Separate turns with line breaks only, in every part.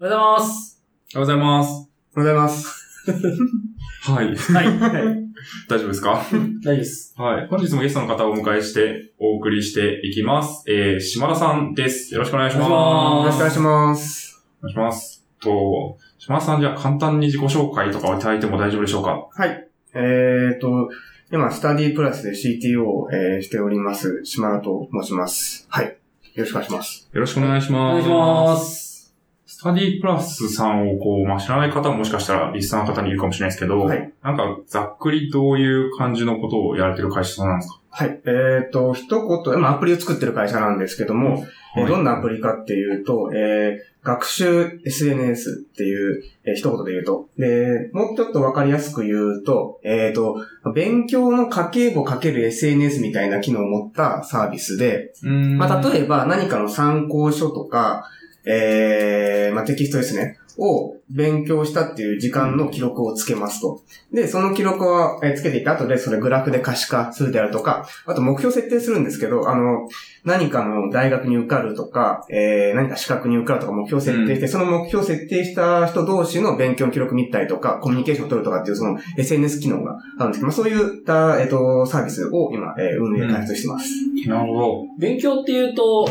おはようございます。
おはようございます。
おはようございます。
はい。
はい。はい
大丈夫ですか
大丈夫です。
はい。本日もゲストの方をお迎えしてお送りしていきます。えー、島田さんです。よろしくお願いします。
お
よろしく
願
お願いします。
お願いします。と、島田さんじゃあ簡単に自己紹介とかをいただいても大丈夫でしょうか
はい。えっ、ー、と、今、スタディプラスで CTO を、えーしております、島田と申します。はい。よろしくお願いします。
よろしくお願いし
お願い
ます。
します。
す。スタディプラスさんをこう、まあ、知らない方ももしかしたらリスナーの方にいるかもしれないですけど、
はい
なんかざっくりどういう感じのことをやられてる会社さんなんですか
はい。えっ、ー、と、一言、今、アプリを作ってる会社なんですけども、えー
はい
どんなアプリかっていうと、えー学習 SNS っていう、えー一言で言うと。で、もうちょっとわかりやすく言うと、えっ、と、勉強の家計簿かける SNS みたいな機能を持ったサービスで、まあ、例えば何かの参考書とか、えー、まあ、テキストですね。を勉強したっていう時間の記録をつけますと。で、その記録をえーつけていった後で、それグラフで可視化するであるとか、あと目標設定するんですけど、あの、何かの大学に受かるとか、えー、何か資格に受かるとか目標設定して、その目標設定した人同士の勉強の記録見たりとか、コミュニケーションを取るとかっていうその SNS 機能があるんですけど、まあ、そういった、えっ、と、サービスを今、えー運営開発してます。
なるほ
勉強っていうと、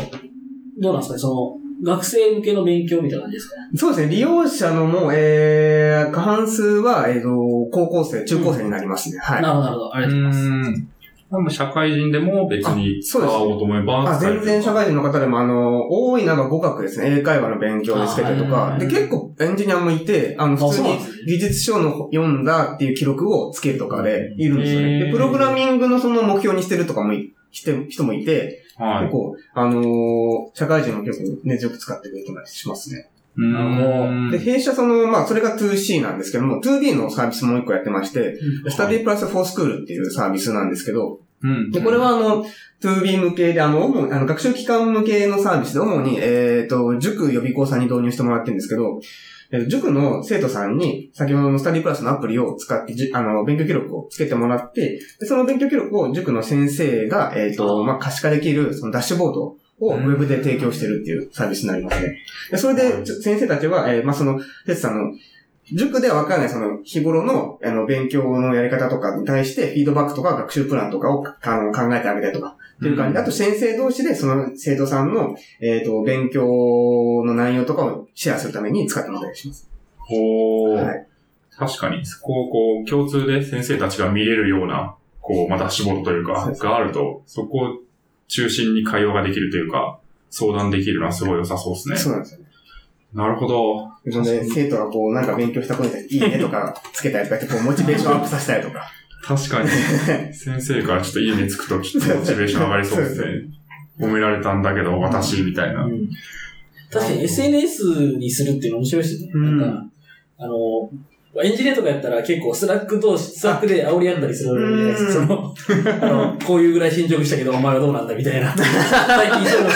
どうなんですかね、その、学生向けの勉強みたいな感じですか
そうですね、利用者のもう、えー、過半数は、えーと、高校生、中高生になりますね。はい。
なるほど、なるほど。あ
ど。
りがとうございます。
ん。まあまあ社会人でも別に
あ
使
そうですね
おうと思えば
あ
使える
全然社会人の方でも、あの、多いのが語学ですね。英会話の勉強をつけてと
あ
か
ー。
で、結構エンジニアもいて、あの、
あ
普通
そうなん
に
ですね
技術書の読んだっていう記録をつけるとかでいるんですよ
へ
ね。
ー
で、プログラミングのその目標にしてるとかもい、して、人もいて、
はい
結。構、あのー社会人も結構ね、よく使ってくれてたりしますね。
うーん
で、弊社その、まあ、それが 2C なんですけども、2B のサービスもう一個やってまして、スタディプラスフォースクールっていうサービスなんですけど、
うん
で、これはあの、2B 向けで、あの、主にあの学習機関向けのサービスで、主に、えっ、と、塾予備校さんに導入してもらってるんですけど、えー塾の生徒さんに、先ほどのスタディプラスのアプリを使って、じゅあの、勉強記録をつけてもらって、でその勉強記録を塾の先生が、えっ、と、まあ、可視化できる、そのダッシュボードをウェブで提供してるっていうサービスになりますね。でそれで、ちょ先生たちは、えーまあ、その、生徒さんの、塾ではわからない、その、日頃の、あの、勉強のやり方とかに対して、フィードバックとか学習プランとかを、あの、考えてあげたりとか、っていう感じで、あと先生同士で、その生徒さんの、えっ、と、勉強の内容とかをシェアするために使ってもらったりします。
ほー
は
確かに、そこをこう、共通で先生たちが見れるような、こう、まあ、ダッシュボードという
そ
か、
うです
があると、そこを中心に会話ができるというか、相談できるのはすごい良さそうですね。
そうなんですよね。
なるほど。
それで、生徒がこう、なんか勉強したことに対して、いいねとかつけたりとかして、こう、モチベーションアップさせたりとか。
確 かに、先生からちょっといいねつくと、ちょっとモチベーション上がりそうです
そう
ね。褒められたんだけど、私、みたいな。
うん確かに SNS にするっていうの面白いですね。
うん
なんか、あの、エンジニアとかやったら結構スラック同士、スラックで煽り合ったりするじゃないですか。その、あの、こういうぐらい進捗したけどお前はどうなんだみ たいな。最近そういうの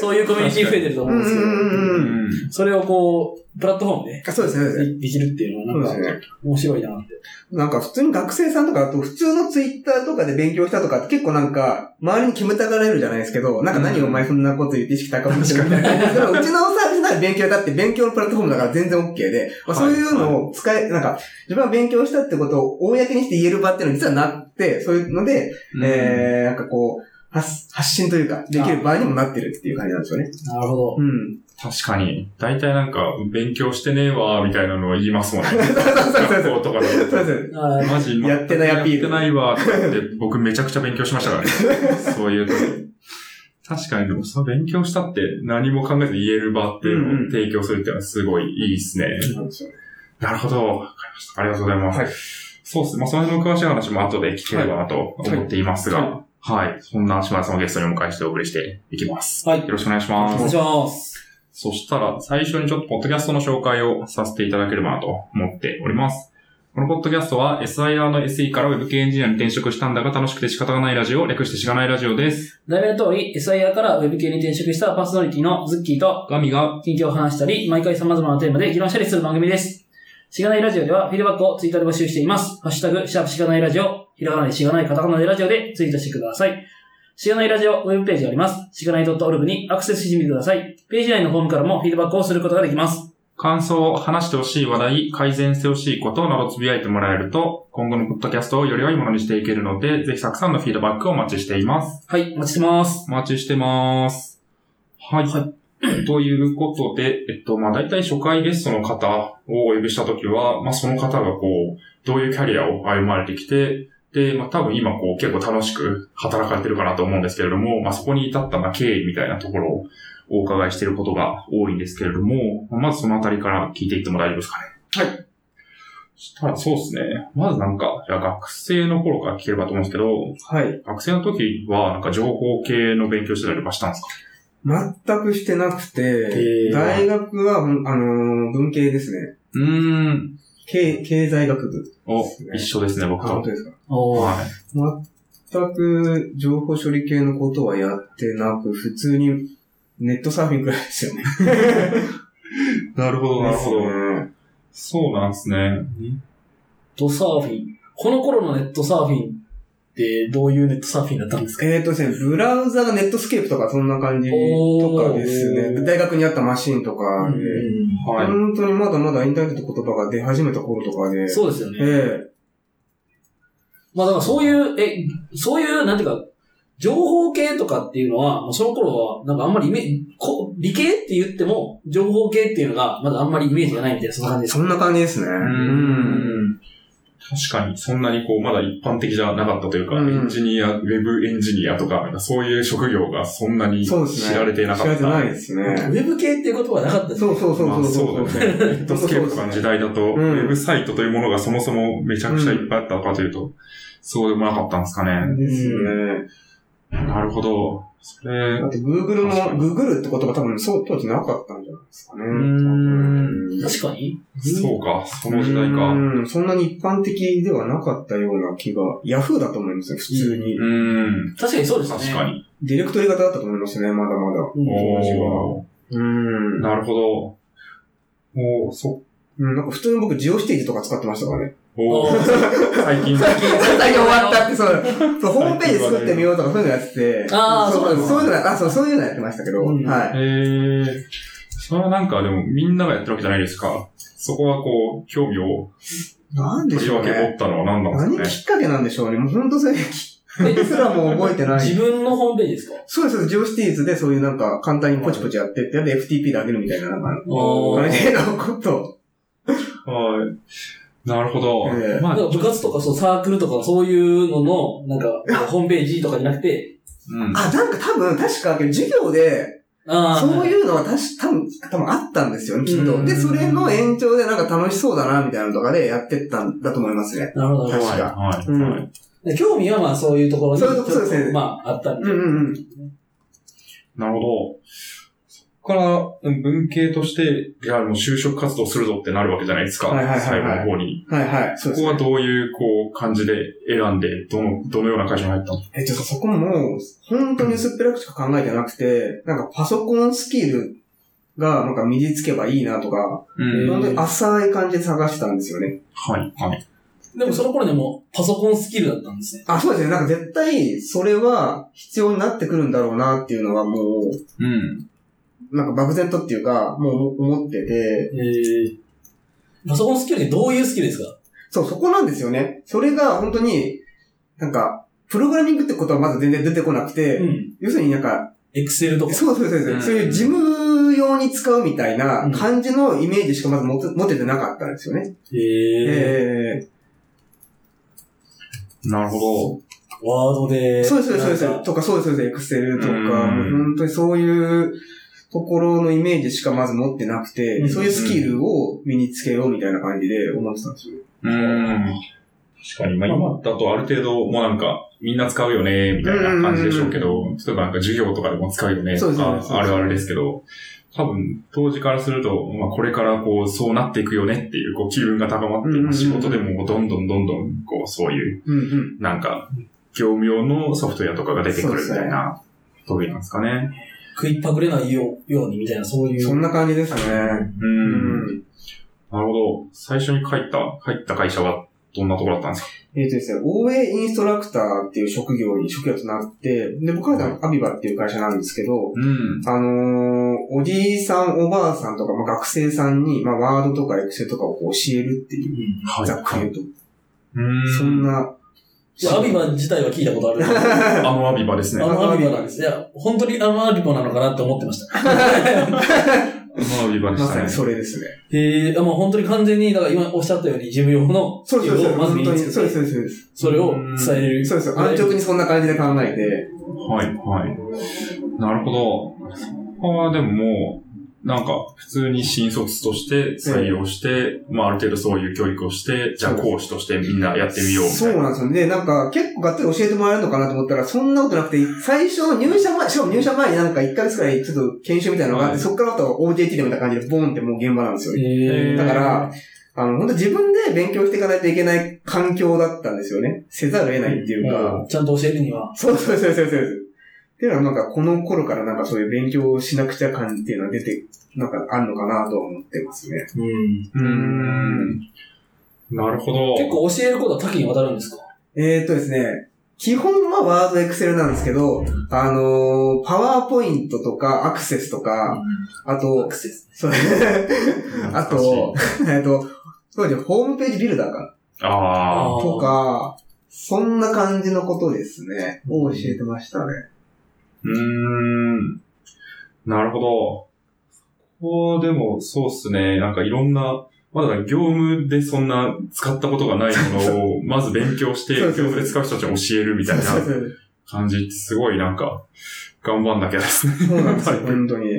そういうコミュニティ増えてると思うんですけど
うんうんうんうん
うん。
それをこう、プラットフォームで
あ そうですね、そうですね。
でできるっていうの
そう
はな
です
んか
ね。
面白いなって。
なんか普通に学生さんとかだと普通のツイッターとかで勉強したとかって結構なんか周りに煙たがられるじゃないですけど、なんか何お前そんなこと言って意識高めてるみたいな。でもうちのサービスなら勉強だって勉強のプラットフォームだから全然 OK で、まあ、そういうのを使え、なんか自分は勉強したってことを公にして言える場っていうのは実はなって、そういうので、えー、なんかこう、発発信というか、できる場にもなってるっていう感じなんですよね。
なるほど。
うん。
確かに、大体なんか、勉強してねえわ、みたいなのを言いますもんね。
そうそうそうそう
学校とかだと
そうです。
あ
マジ、
やってないアピー
や
ル
ってないわ、とか言って、僕めちゃくちゃ勉強しましたか らね。そういう時。確かに、でも、その勉強したって何も考えず言える場っていうのを提供するっていうのはすごいいいですね。
そうですよね
なるほど。わかりました。ありがとうございます。
はい
そうですね。まあ、その辺の詳しい話も後で聞ければなと思っていますが、はい。そんな島田さんをゲストにお迎えしてお送りしていきます。
はい。
よろしくお願いし
お
ます
願い。します。
そしたら、最初にちょっとポッドキャストの紹介をさせていただければなと思っております。このポッドキャストは SIR の SE から Web 系エンジニアに転職したんだが楽しくて仕方がないラジオ、略してしがないラジオです。
題名の通り、SIR から Web 系に転職したパーソナリティのズッキーと、
ガミが、
近況を話したり、毎回様々なテーマで議論したりする番組です。しがないラジオではフィードバックをツイッターで募集しています。ハッシュタグ、シャープしがないラジオ、ひらがなでしがないカタカナでラジオでツイートしてください。しがないラジオウェブページがあります。しがない .org にアクセスしてみてください。ページ内のフォームからもフィードバックをすることができます。
感想を話してほしい話題、改善してほしいことなどつぶやいてもらえると、今後のポッドキャストをより良いものにしていけるので、ぜひたくさんのフィードバックをお待ちしています。
はい、お待ちしてます。
お待ちしてます。はい。ということで、えっと、まあ、大体初回ゲストの方をお呼びしたときは、まあ、その方がこう、どういうキャリアを歩まれてきて、で、まあ、多分今こう、結構楽しく働かれてるかなと思うんですけれども、まあ、そこに至ったまあ経緯みたいなところをお伺いしていることが多いんですけれども、まあまずそのあたりから聞いていっても大丈夫ですかね。はい。したら、そうですね。まずなんか、いや学生の頃から聞ければと思うんですけど、
はい。
学生の時は、なんか情報系の勉強してたりとかしたんですか
全くしてなくて、
えー
大学は、うんあのー文系ですね。
うーん。
経経済学部。
お、
ですね
一緒ですね、
あ
僕
本
と。
当ですか
おー。
はい。
全く情報処理系のことはやってなく、普通にネットサーフィンくらいですよね。
なるほど、なるほど。
ど。
そうなんですね。
ネットサーフィン。この頃のネットサーフィンってどういうネットサーフィンだったんですか
えっ、とですね、ブラウザがネットスケープとかそんな感じとかです
お
ね。
ー
大学にあったマシンとかで、
はい。
本当にまだまだインターネットって言葉が出始めた頃とかで、
そうですよね。
ええ
まあだからそういう、え、そういう、なんていうか、情報系とかっていうのは、もうその頃は、なんかあんまりイメージ、こ理系って言っても、情報系っていうのが、まだあんまりイメージがないみたいな、そんな感じです。
そんな感じですね。う
うー
ん。
ん。確かに、そんなにこう、まだ一般的じゃなかったというか、
うん
エンジニア、ウェブエンジニアとか、なんかそういう職業がそんなに知
そうですね。
られていなかった。
知られてないです
ウ
ね。
ェブ系っていう言葉はなかったんです
そうそう
ま
そ
あ
うそう。
そうだよね。ネットスケープとかの時代だと、ウ
うん
ェブサイトというものがそもそもめちゃくちゃいっぱいあったのかというと、そうでもなかったんですかね。
ですね。
なるほど。それ
だ、って Google
確か
の、
に
Google って言葉多分そう当時なかったんじゃないですかね。
ん
確かに。
そうか、その時代
う
か。
ん。そんなに一般的ではなかったような気が、Yahoo だと思いますよ、普通に。
うん。
確かにそうですね。
確かに。
ディレクトリ型だったと思いますね、まだまだ。当時は。
お
うん
ー。なるほど。おーそ
うんなんか普通に僕、ジオシティーズとか使ってましたからね。
おー最近。
最近終わったって、そう。そう、ホームページ作ってみようとか、そういうのやってて。
あーそうなんだ
そういうのや、あ、そう、そういうのやってましたけど。
うん
え
はい。
ー。それはなんかでもみんながやってるわけじゃないですか。そこはこう、興味を
なんで
取
し
り
ょう
分け持
ね。
ったのは何なん
何
です
きっかけなんでしょうね。もう本当それ、 いつらも覚えてない。
自分のホームページですか
そうです、そうですジオシティーズでそういうなんか簡単にポチポチやってって、で FTP で上げるみたいな、なんか、
おー
あれでのこと。
かね。はい。なるほど。
ええ
ま
なんか部活とかそうサークルとかそういうのの、なんか、ホームページとかじゃなくて、
うん。
あ、なんか多分、確か、授業で、
ああ。
そう
う。
いうのは確か、多分、多分あったんですよね、きっ
う
と。
ん
で、それの延長でなんか楽しそうだな、みたいなのとかでやってったんだと思いますね。
なるほど。
確
はい、
か。
はい、
うん
はい。
で興味はまあそういうところに、
そういうとこそうですね
ちょっまああったん
う
で。
んうんうん。
なるほど。そこから、うん文系として、いや、もう就職活動するぞってなるわけじゃないですか。
はいはいはいはい
最後の方に。
はいはい。そ
こ
うです
こ
ね
はどういう、こう、感じで選んで、どの、どのような会社に入ったの
え、ちょっとそこも、本当に薄っぺらくしか考えてなくて、なんかパソコンスキルが、なんか身につけばいいなとか、
うん
本当に浅い感じで探してたんですよね。
はい、はい。
でもその頃にはもうパソコンスキルだったんですね。
あ、そうですね。なんか絶対、それは必要になってくるんだろうなっていうのは
う
も
ん。
う、なんか漠然とっていうか、もう思ってて、
ええ。パソコンスキルってどういうスキルですか
そう、そこなんですよね。それが本当に、なんか、プログラミングってことはまず全然出てこなくて、
ん。
要するになんか、
エクセルとか。
そうそうそうそう、
うん
そういう事務用に使うみたいな
うん
感じのイメージしかまず持て持ててなかったんですよね。
ええ。
え
なるほ
ワード
え
で。
そうですそうですそう
なん
です。
か
とか、そうですそうです。エクセルとか、
うん
もう本当にそういうところのイメージしかまず持ってなくて、
うん
そういうスキルを身につけようみたいな感じで思ってたんですよ。
ど。うん。確かに、まあ今だとある程度、もうなんか、みんな使うよね、みたいな感じでしょうけど、例えばなんか授業とかでも使うよね、
そ
と
うですそうです
か、あるあるですけど、多分、当時からすると、まあこれからこう、そうなっていくよねっていう、こう、気分が高まって、
うんうんうん
仕事でもどんどんどんどん、こう、そういう、
うんうん。
なんか、業務用のソフトウェアとかが出てくるみたいな、時なんですかね。
食いっぱぐれないようようにみたいな、そういう。
そんな感じですね。
う。
うんん。
なるほど。最初に入った、入った会社はどんなところだったんですか
えっ、とですね、OA インストラクターっていう職業に、職業となって、で、僕らはアビバっていう会社なんですけど、
うん。
あのーおじいさん、おばあさんとか、まあ、学生さんに、まあ、ワードとかエクセルとかをこう教えるっていう、
は
ざっくり言うと。
うん。
そん。な、
まあアビバ自体は聞いたことある。
あのアビバですね。
あ
あ
のアビバなんです。いや、本当にあのアビバなのかなって思ってました。
のアビバで
ま
した
さ
ね
に。それですね。
へえ、あもう本当に完全に、だから今おっしゃったように事務用の
そうです、そうで
を
す。
まず
本
身
当
に
に。
つ
そう
け
で
て、
す、そうですそうです。
それを伝える。
そうです。安直にそんな感じで考えて、
はい、はい。なるほど。そこはでももう、なんか、普通に新卒として採用して、まあ、ある程度そういう教育をして、じゃあ講師としてみんなやってみようみ
そ
たいうな。
なんですよね。で、なんか、結構がっつり教えてもらえるのかなと思ったら、そんなことなくて、最初の入社前、しかも入社前になんか1ヶ月くらいちょっと研修みたいなのがあって、
はい
そっからあと OJT でみたいな感じで、ボーンってもう現場なんですよ。
へ
へ
え
ー
だから、あの、本当自分で勉強していかないといけない環境だったんですよね。せざるを得ないっていうか、
まあちゃんと教えるには。
そうそうそうそうそうです。っていうのはなんか、この頃からなんかそういう勉強をしなくちゃ感っていうのは出て、なんかあるのかなとは思ってますね。
うーん。なるほど。
結構教えることは多岐にわたるんですか
えー、っとですね、基本はワードエクセルなんですけど、あのーパワーポイントとかアクセスとか、あと、
セス。
そう、 あと、えっと、当時ホームページビルダーか、
ああ。
ー
とか、そんな感じのことですね。を教えてましたね。
うーん。なるほど。ここでも、そうっすね。なんかいろんな、まだ業務でそんな使ったことがないものを、まず勉強して、
そ
業
うそうそう
務で使う人たちに教えるみたいな
そうそう
感じってすごいなんか、頑張んなきゃですね。
そうそうなんですよ、
はい
本当に。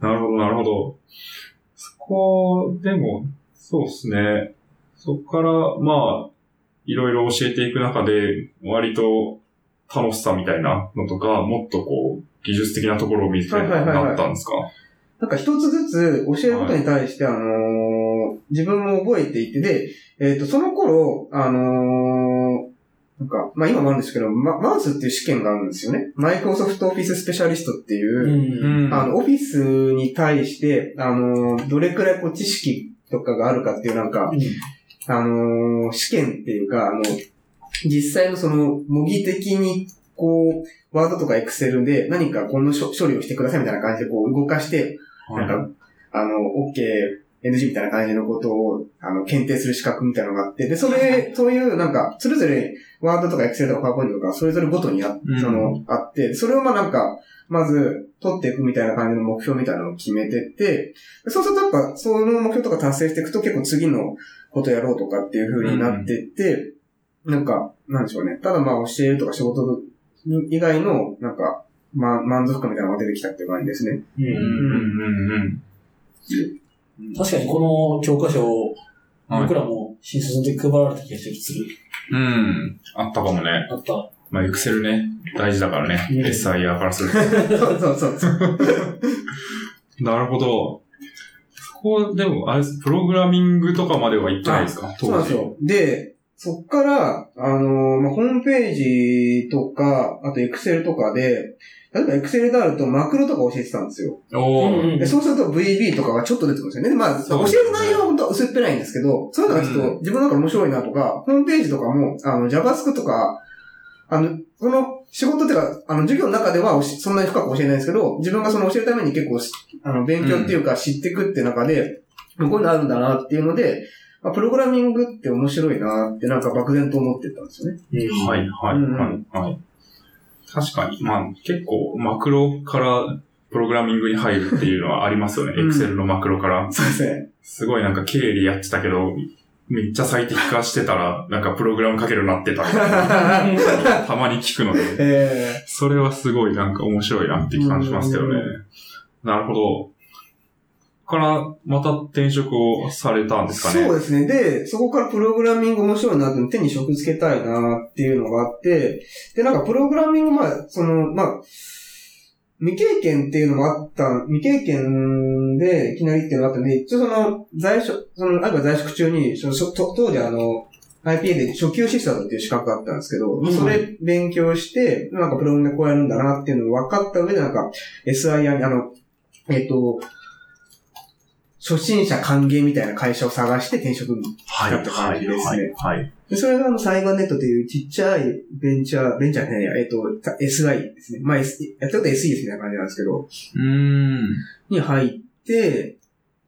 なるほど、なるほど。そこ、でも、そうっすね。そこから、まあ、いろいろ教えていく中で、割と楽しさみたいなのとか、もっとこう、技術的なところを見つけるようになったんですか
なんか一つずつ教えることに対して、あのー自分も覚えていて、で、えっ、と、その頃、あのーなんか、まあ今もあるんですけど、ま、マウスっていう試験があるんですよね。マイクロソフトオフィススペシャリストっていうう、
ん。
あの、オフィスに対して、あのーどれくらいこう知識とかがあるかっていうなんか、あのー試験っていうか、あの、実際のその、模擬的に、こう、ワードとかエクセルで何かこの処処理をしてくださいみたいな感じでこう動かして、
はい
なんか、あの、OK、NG みたいな感じのことを、あの、検定する資格みたいなのがあって、で、それ、そういう、なんか、それぞれ、ワードとか Excel とか PowerPoint とか、それぞれごとにあ、
うん
その、あって、それをまあなんか、まず、取っていくみたいな感じの目標みたいなのを決めてって、でそうするとやっぱ、その目標とか達成していくと結構次のことやろうとかっていう風になってって、なんか、なんでしょうね。ただまあ教えるとか仕事以外の、なんか、ま、満足感みたいなのが出てきたっていう感じです ね。
うん
うんうんうん
確かにこの教科書を、
はい
僕らも新卒の時配られた気がする。
うん。うん。あったかもね。
あった。
まあ、エクセルね、大事だからね。
うん
SIR からすると。
そうそうそうそう。
なるほど。そこ、でも、あれですプログラミングとかまでは行ってないですか
そうなんです。よ。で、そっから、あのーまあ、ホームページとか、あと Excel とかで、例えば Excel であるとマクロとか教えてたんですよ。
当時おー。
うん
でそうすると VB とかがちょっと出てくるんですよね。でまあ、
そう
教
です
え
ね
る内容は本当は薄っぺらいんですけど、そういうのがちょっ
う
と自分なんか面白いなとか、ホームページとかも、あの、JavaScript とか、あの、この仕事っていうか、あの、授業の中では教えそんなに深く教えないんですけど、自分がその教えるために結構し、あの、勉強っていうか知ってくって中で、こういうのあるんだなっていうので、まあ、プログラミングって面白いなってなんか漠然と思ってたんですよね。
うん
はい、はい、
うん
はい、はい。確かに、まあ、結構、マクロからプログラミングに入るっていうのはありますよね。
う
エ
ん
クセルのマクロから。
そうですね。
すごいなんか、経理やってたけど、めっちゃ最適化してたら、なんかプログラム書けるようになってたみ たいな。たまに聞くので。
え
それはすごいなんか面白いなって感じますけどね
う。
なるほど。から、また転職をされたん
ー
ですかね。
そうですね。で、そこからプログラミング面白いなって手に職つけたいなっていうのがあって、で、なんかプログラミング、まあ、その、まあ、未経験っていうのもあった、未経験でいきなりっていうのがあったんで、一応その、在職、その、ある在職中に、そのそと当時あの、IPA で初級シスターっていう資格があったんですけど、
ん
それ勉強して、なんかプログラミングこうやるんだなっていうのを分かった上で、なんか SIR に、あの、えっ、と、初心者歓迎みたいな会社を探して転職
はい。
だった
は
感じ
い。
ですね
はい。
で、それがあの、サイバーネットというちっちゃいベンチャー、ベンチャーじゃないや、えっと、た SI ですね。まあ、S、やったことは SE みたいな感じなんですけど、
うーん。
に入って、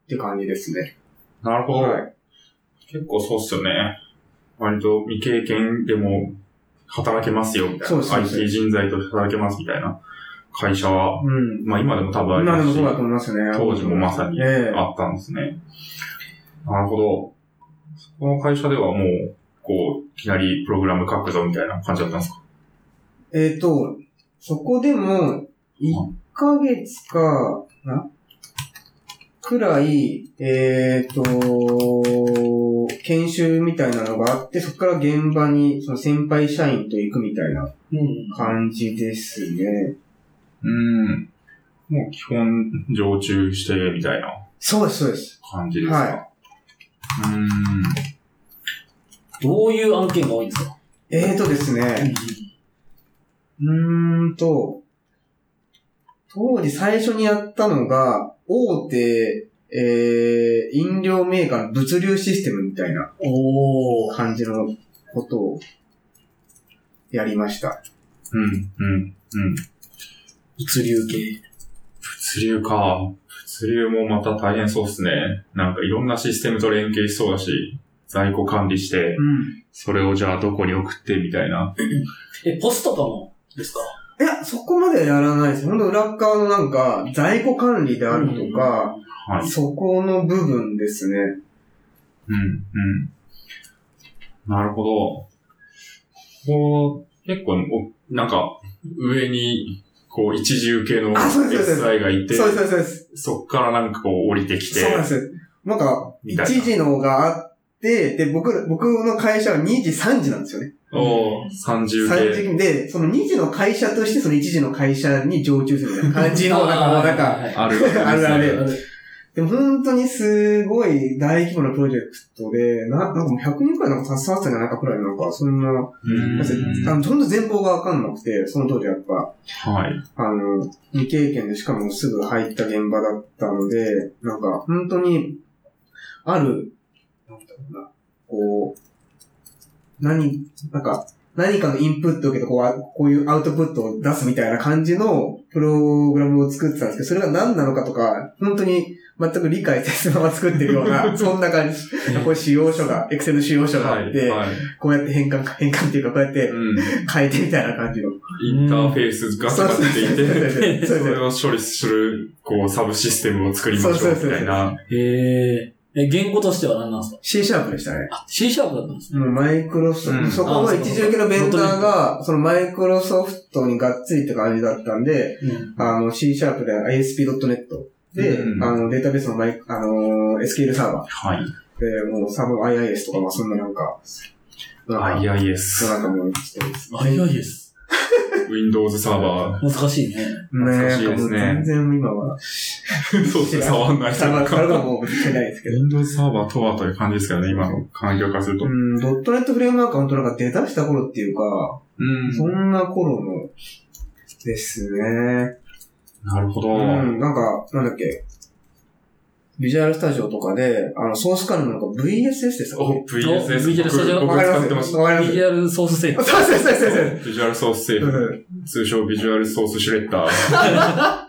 って感じですね。
なるほど。
はい。
結構そうっすよね。割と未経験でも働けますよ、みたい
そう
な。
そうそう
IT 人材として働けます、みたいな会社は、
うん。
まあ今でも多分ありま
今ですも
し
そうだと思いますね。
当時もまさに
ええ
あったんですね。なるほど。そこの会社ではもう、こう、いきなりプログラム書くぞみたいな感じだったんですか
えっ、と、そこでも、1ヶ月かな、くらい、えっ、と、研修みたいなのがあって、そこから現場に、その先輩社員と行くみたいな
うん。
感じですね。
うん。もう基本、常駐して、みたいな
そうです、そうです。
感じですか、
は
うん。
どういう案件が多いんですか
えっ、ー、とですね、うーんと、当時最初にやったのが、大手、えー、飲料メーカーの物流システムみたいな。
おー。
感じのことをやりました。
うん、うん、うん。
物流系。
物流か。物流もまた大変そうっすね。なんかいろんなシステムと連携しそうだし、在庫管理して、
ん。
それをじゃあどこに送ってみたいな。
え、ポストかもですか
いや、そこまでやらないです。ほんと裏っ側のなんか、在庫管理であるとか、
はい。
そこの部分ですね。
うん、うん。なるほど。こう、結構お、なんか、上に、こう、一重系の
あそうですそうです
SI がいて、
そうです、そうです。
そっからなんかこう降りてきて
そう、なんです。なんか、
みたいな
1時のがあって、で、僕ら、僕の会社は2時、3時なんですよね。
おー三重
3
系。
時で、その2時の会社として、その1時の会社に常駐するみたいな感 じの、なんかもうなんか、
はい
あるですね
あるある
はい
でも本当にすごい大規模なプロジェクトで、な、なんかもう100人くらいなんか携わってたんじゃないかくらいなんか、そんな、
うん
だってあの、ほんと前方がわかんなくて、その当時やっぱ、
はい。
あの、未経験でしかもすぐ入った現場だったので、なんか、本当に、ある、なんだろうな、こう、何、なんか、何かのインプットを受けて、こうあ、こういうアウトプットを出すみたいな感じのプログラムを作ってたんですけど、それが何なのかとか、本当に全く理解せずまま作ってるよ うな、そんな感じ。こう使用書が、Excel の使用書があって、
はい。
こうやって変換、変換っていうか、こうやって
うん。
変えてみたいな感じの。
インターフェースが
そう
使
そう
ってい
そう
て、
そう
そ
そう
れを処理する、こう、サブシステムを作りましょう、みたいな。
へーえ、言語としては何なんですか
C シャープでしたね。
あ、C シャープだったんですね。
もうマイクロソフト、
うん
そこの一時受けのベンダーが、そのマイクロソフトにがっつりって感じだったんで、
うん。
あの C シャープで ASP.NET で、
うん
あのデータベースのマイク、あのー SQL サーバ
はい。
ーで、もうサーバー IIS とか、まあそんななんか、なんか、
IIS。
なんかもうちょっとです
あ、いやいやです。
Windows サーバ
難しいね。
ね。
懐かしい
な
で
んかも
す
う
ね
全然今は、
ー。 そうですね、触んない
サーバーからは
と。
もう聞けないですけど。
Windows サーバーとはという感じですからね、今の環境化すると
う。ん、ドットネットフレームワークは本当なんか出だした頃っていうか、
うん
そんな頃のですね。
なるほど。
うん、なんか、なんだっけ。ビジュアルスタジオとかで、あの、ソースカルのなんか VSS でしたっ
お、
お VSS スタジ
VSS。
オ
僕僕
わかり
使ってま
ま
し
す
た。
わかり
ビ
ま
ジュアルソース制
す。
御。
そうそうそうそうそう。
ビジュアルソースセーフ。
うん
通称ビジュアルソースシュレッダー。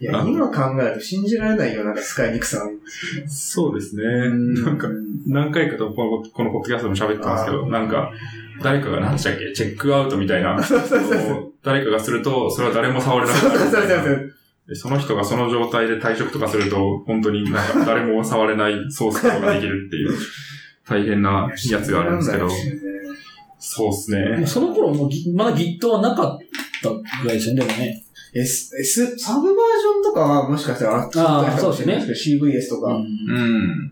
いや、今考えると信じられないよ、なんか使いにくさ。
そうですね。
な
なんか、何回かとこのこのポッドキャストでも喋ってますけど、なんか、誰かが何でしたっけチェックアウトみたいな。誰かがすると、それは誰も触れな
そうそうそう
くなる。
そう。
でその人がその状態で退職とかすると、本当になんか誰も触れないソースとかができるっていう、大変なやつがあるんですけど
なんだ、よね
そうです
でも
ね。
その頃もうぎ、まだ Git はなかったぐらいですよね、でもね。
S、S、サブバージョンとかはもしかしたらあったかもしれないですけど CVS と
う。
か、
うんん。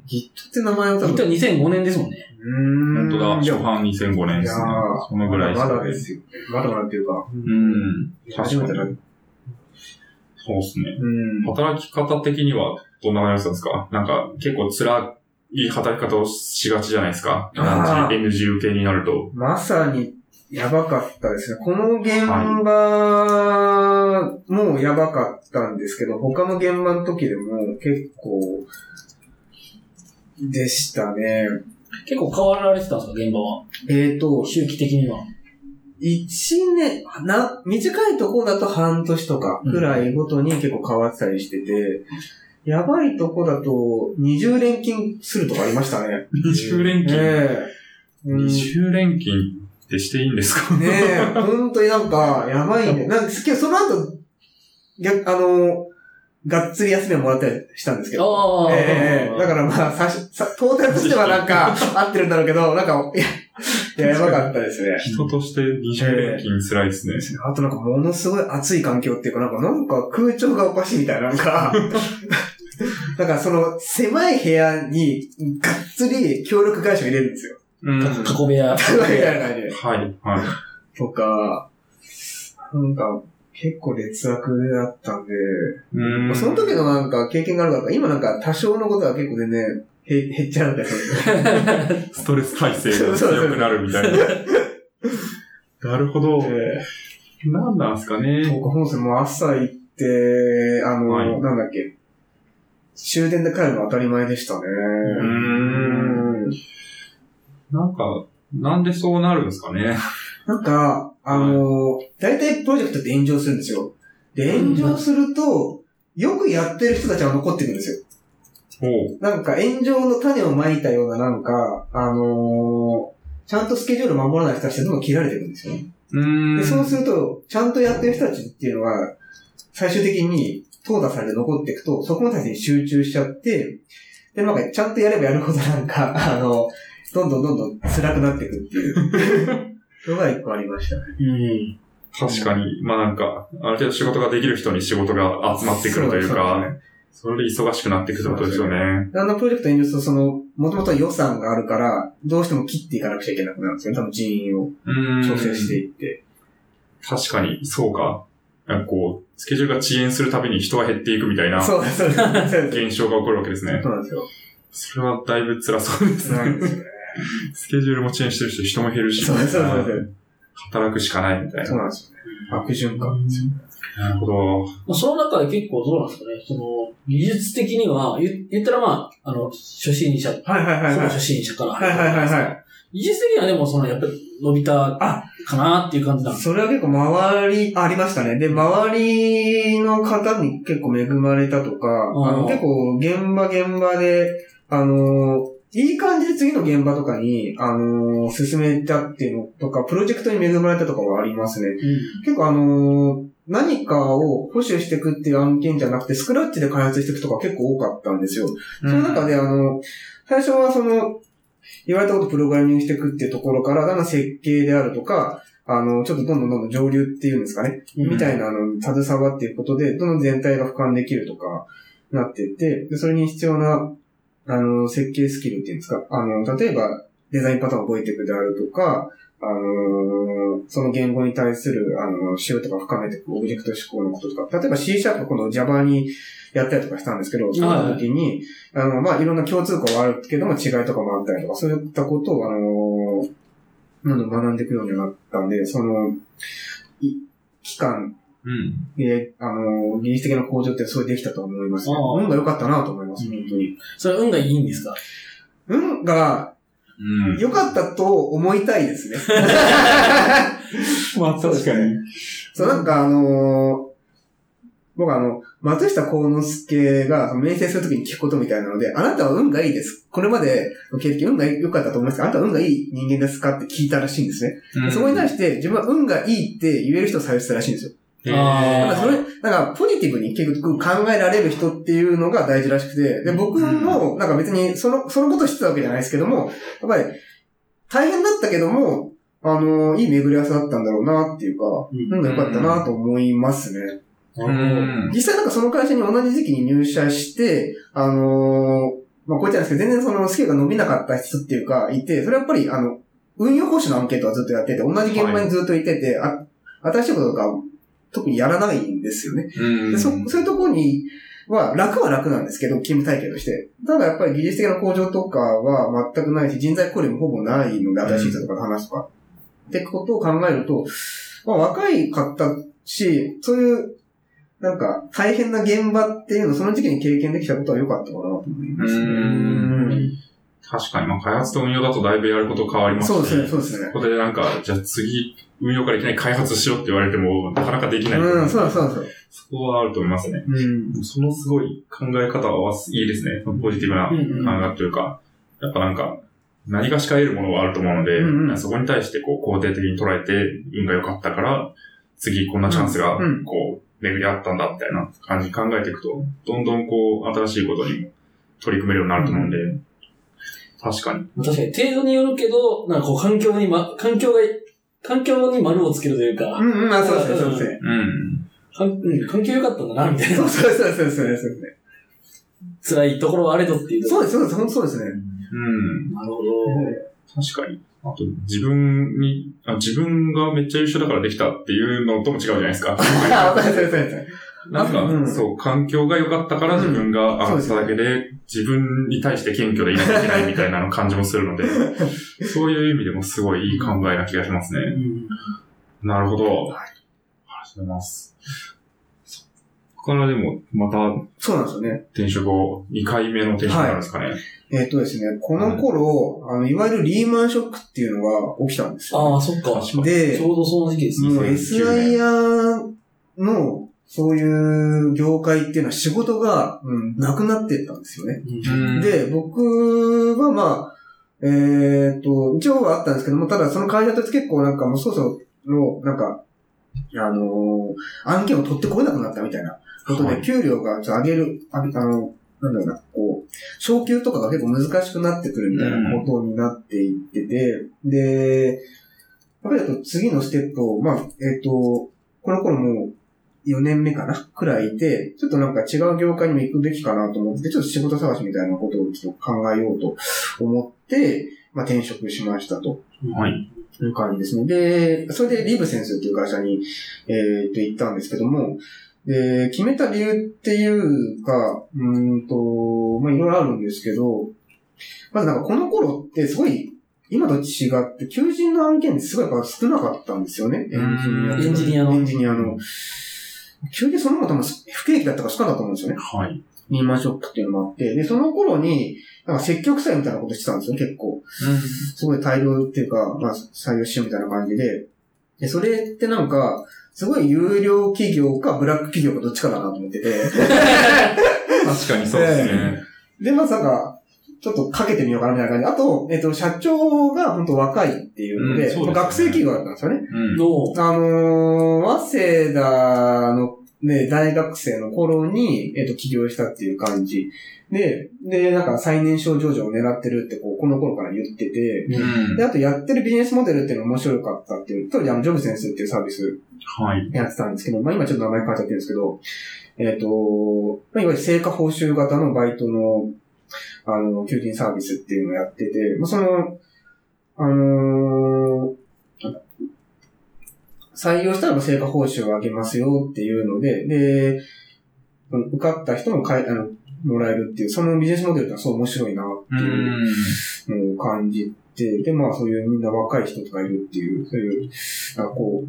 Git って名前を多
Git は
分。
2005年ですもんね。
本
本当だ、
い
初
や、
版2005年ですね
いやー。
そのぐらい
まだで
ですね。
すよ。まだまだっていうか。
うん。
初
確か
めて
に。
だ。う
そうですね。
ん。
働き方的にはどんな感じなんですかなんか結構辛い働き方をしがちじゃないですか
あー
?NG 受けになると。
まさに、やばかったですね。この現場もやばかったんですけど、他の現場の時でも結構でしたね。
結構変わられてたんですか、現場は。
えっ、と、
周期的には。
一年、な、短いとこだと半年とかくらいごとに結構変わってたりしてて、やばいとこだと20連勤するとかありましたね。
二重連勤。
ええうん
二重連勤ってしていいんです か
ねえ、ほんとになんか、やばいね。なんですけど、その後、逆、あの、がっつり休みをもらったりしたんですけど。
ああ、
ええだからまあ、さし、さ、トータルとしてはなん か、合ってるんだろうけど、なんか、いや、いやばかったですね。
人として二重連勤辛いですね。
あとなんか、ものすごい暑い環境っていうか、なんか、なんか空調がおかしいみたいな、なんか、 なんかその、狭い部屋に、がっつり協力会社を入れるんですよ。
うん。はい、
ら、囲みや。
みたいな感じで。
はい。
とか、なんか、結構劣悪だったんで、
うん。
その時のなんか経験があるから、今なんか多少のことは結構全然、へ、減っちゃうんだよ。
ストレス耐性が強くなるみたいな。なるほど。
え
なんなんですか
ー
ね。
僕本線も朝行って、あの、
はい
なんだっけ、終電で帰るの当たり前でしたね。
う。
うんん
なんか、なんでそうなるんですかね。
なんか、あの大体プロジェクトって炎上するんですよ。で、炎上すると、よくやってる人たちは残ってくるんですよ。
おう。
なんか炎上の種をまいたようななんか、あのーちゃんとスケジュール守らない人たちってどんどん切られていくんですよね。
う
で
ん。
そうすると、ちゃんとやってる人たちっていうのは、最終的に淘汰されて残っていくと、そこの人たちに集中しちゃって、で、なんかちゃんとやればやるほどなんか、 あの、どんどんどんどん辛くなっていくって いう。のが一個ありましたね。
うん。
確かに、まあなんか、ある程度仕事ができる人に仕事が集まってくるという
そうです
か、それで忙しくなっていくってことですよね。
あのプロジェクトにいると、その、もともと予算があるから、どうしても切っていかなくちゃいけなくなるんですよね。多分人員を
うん。
調整していって。
確かに、そうか。なんかこう、スケジュールが遅延するたびに人が減っていくみたいな
そうです、そうです。そうです
現象が起こるわけですね
そ。うなんですよ。
それはだいぶ辛そう です
なんで
ね。
すよね。
スケジュールも遅延してるし、人も減るし、
そうそうそうそう。
働くしかないみたい
そう
な。
なんですよね。悪循環ですよね。
なるほど。
まあ、その中で結構どうなんですかね、その、技術的には、言言ったらまあ、あの、初心者、
はいはいはい
ほぼ
はい。
初心者から。
はいはいはいはい。
技術的にはでも、その、やっぱり伸びた
あ
かなっていう感じなんです
それは結構周り、あありましたね。で、周りの方に結構恵まれたとか、
ん
あの結構現場現場で、あの、いい感じで次の現場とかに、あの、進めたっていうのとか、プロジェクトに恵まれたとかはありますね。結構あの、何かを保守していくっていう案件じゃなくて、スクラッチで開発していくとか結構多かったんですよ。その中で、あの、最初はその、言われたことプログラミングしていくっていうところから、だんだん設計であるとか、あの、ちょっとどんどんどんどん上流っていうんですかね、
うん
みたいな、あの、携わっていくことで、どんどん全体が俯瞰できるとか、なってって、でそれに必要な、あの、設計スキルっていうんですか、あの、例えば、デザインパターンを覚えていくであるとか、あのその言語に対する、あの、仕様とか深めていくオブジェクト思考のこととか、例えば C シャープこの Java にやったりとかしたんですけど、その時に、あの、まあ、いろんな共通項はあるけども、違いとかもあったりとか、そういったことを、あのなんだろう学んでいくようになったんで、その、い期間
うん。
で、あの技術的な向上ってすごいできたと思いますね。
ああ
運が良かったなと思います、本当に。
それは運がいいんですか
運が
うん。
良かったと思いた いですね。
まあ
確かに。そう、なんかあの僕あの、松下幸之助がその面接するときに聞くことみたいなので、あなたは運がいいです。これまでの経歴運が良かったと思いますけどあなたは運がいい人間ですかって聞いたらしいんですね。そこに対して自分は運がいいって言える人を探してたらしいんですよ。
て
あー
だからそれ、なんかポジティブに結局考えられる人っていうのが大事らしくて、で、僕もなんか別にその、そのことを知ってたわけじゃないですけども、やっぱり大変だったけども、あのいい巡り合わせだったんだろうなっていうか、
うん
運が良かったなと思いますね。
うん。
実際なんかその会社に同じ時期に入社して、あのーまあこう言っちゃなんですけど、全然そのスキルが伸びなかった人っていうか、いて、それはやっぱり、あの、運用講師のアンケートはずっとやってて、同じ現場にずっといてて、あ新しいこととか、特にやらないんですよね。
うん
でそ、そういうところには、楽は楽なんですけど、勤務体系として。ただやっぱり技術的な向上とかは全くないし、人材交流もほぼないので、新しい人とかの話とか。ってことを考えると、まあ、若いかったし、そういう、なんか、大変な現場っていうのをその時期に経験できたことは良かったかなと思います
う
ね。
ん。確かに、まあ、開発と運用だとだいぶやること変わりますね。
そうですね、そうですね。
ここでなんか、じゃあ次、運用からいきなり開発しろって言われても、なかなかできない。
うん、そうそうそう。
そこはあると思いますね。
うん。
そのすごい考え方はいいですね。ポジティブな
うんうん
考えというか、やっぱなんか、何がしか得るものはあると思うので、
うんうん
そこに対してこう肯定的に捉えて、運が良かったから、次こんなチャンスが
うんうん
こう、巡り合ったんだみたいな感じに考えていくと、どんどんこう、新しいことにも取り組めるようになると思うんで、確かに。
確かに、程度によるけど、なんかこう、環境にま、環境が、環境に丸をつけるというか、
うん、うん、あ、そうですね、そうです ね。
うん。
環うん、環境良かったんだな、みたい
そ
な
う。そうそうそうそうですね。
辛いところはあれどっていうとこ
そうです、そうです、本当そうですね。
うん。
なるほ
確かに。あと、自分にあ、自分がめっちゃ優秀だからできたっていうのとも違うじゃないですか。
あ、わかりましたわかりまし
なんか、
うん
そう、環境が良かったから自分が上がっただけで、自分に対して謙虚でいなきゃいけないみたいなの感じもする ので、そういう意味でもすごいいい考えな気がします
ど。う
ね。
ん
なるほど。ありがとうございます。そこからでも、また
た。そうなんですよね。
転職を、2回目の転職になるんですかね。
えっ、とですね、この頃、あの、いわゆるリーマンショックっていうのが起きたんですよ。
ああ、そっか。ちょ
で、
うどその時期ですね。
もう
2009
SIR の、そういう業界っていうのは仕事が、うん、なくなってったんですよね。
うん
で、僕はまあ、えっ、と、一応はあったんですけども、ただその会社と結構なんかもうそろそろ、なんか、あのー案件を取ってこれなくなったみたいなこと
は
で、
い
給料がちょっと上げる、ああの、なんだろうな、こう、昇給とかが結構難しくなってくるみたいなことになっていってて、で、やっぱりあと次のステップを、まあ、えっ、と、この頃もう4年目かなくらいで、ちょっとなんか違う業界にも行くべきかなと思って、ちょっと仕事探しみたいなことをちょっと考えようと思って、まあ転職しましたと
はい。
いう感じですね。で、それでリーブ先生という会社に、えーっと行ったんですけども、で、決めた理由っていうか、うーんと、まあいろいろあるんですけど、まずなんかこの頃ってすごい、今と違って、求人の案件ってすごいやっぱ少なかったんですよね。
うん
エンジニアの
エンジニアの。求人そのも多分不景気だったから少なかったと思うんですよね。
はい。
リーマンショックっていうのもあって。で、その頃に、なんか積極祭みたいなことしてたんですよ、結構。すごい大量っていうか、まあ、採用しようみたいな感じで。で、それってなんか、すごい有料企業かブラック企業かどっちかだなと思ってて。
確かにそうですね。
で、まさか、ちょっとかけてみようかなみたいな感じ。あと、えっ、と、社長が本当若いっていうので、
うんそうですね
学生企業だったんですよね。
うん。
の、
あのー、早稲田のね、大学生の頃に、えっ、と、起業したっていう感じ。で、で、なんか最年少上場を狙ってるって、こう、この頃から言ってて、
うん
で、あとやってるビジネスモデルっていうのも面白かったっていう、当時あの、ジョブ先生っていうサービス
はい。
やってたんですけど、まあ今ちょっと名前変えちゃってるんですけど、えっ、と、まあいわゆる成果報酬型のバイトの、あの、求人サービスっていうのをやってて、まあその、あのー採用したらまあ成果報酬を上げますよっていうので、で、うん受かった人もかいあのもらえるっていう、そのビジネスモデルってのはそう面白いなって
う。
いうんもう感じて、で、まあそういうみんな若い人とかいるっていう、そういう、なんかこう、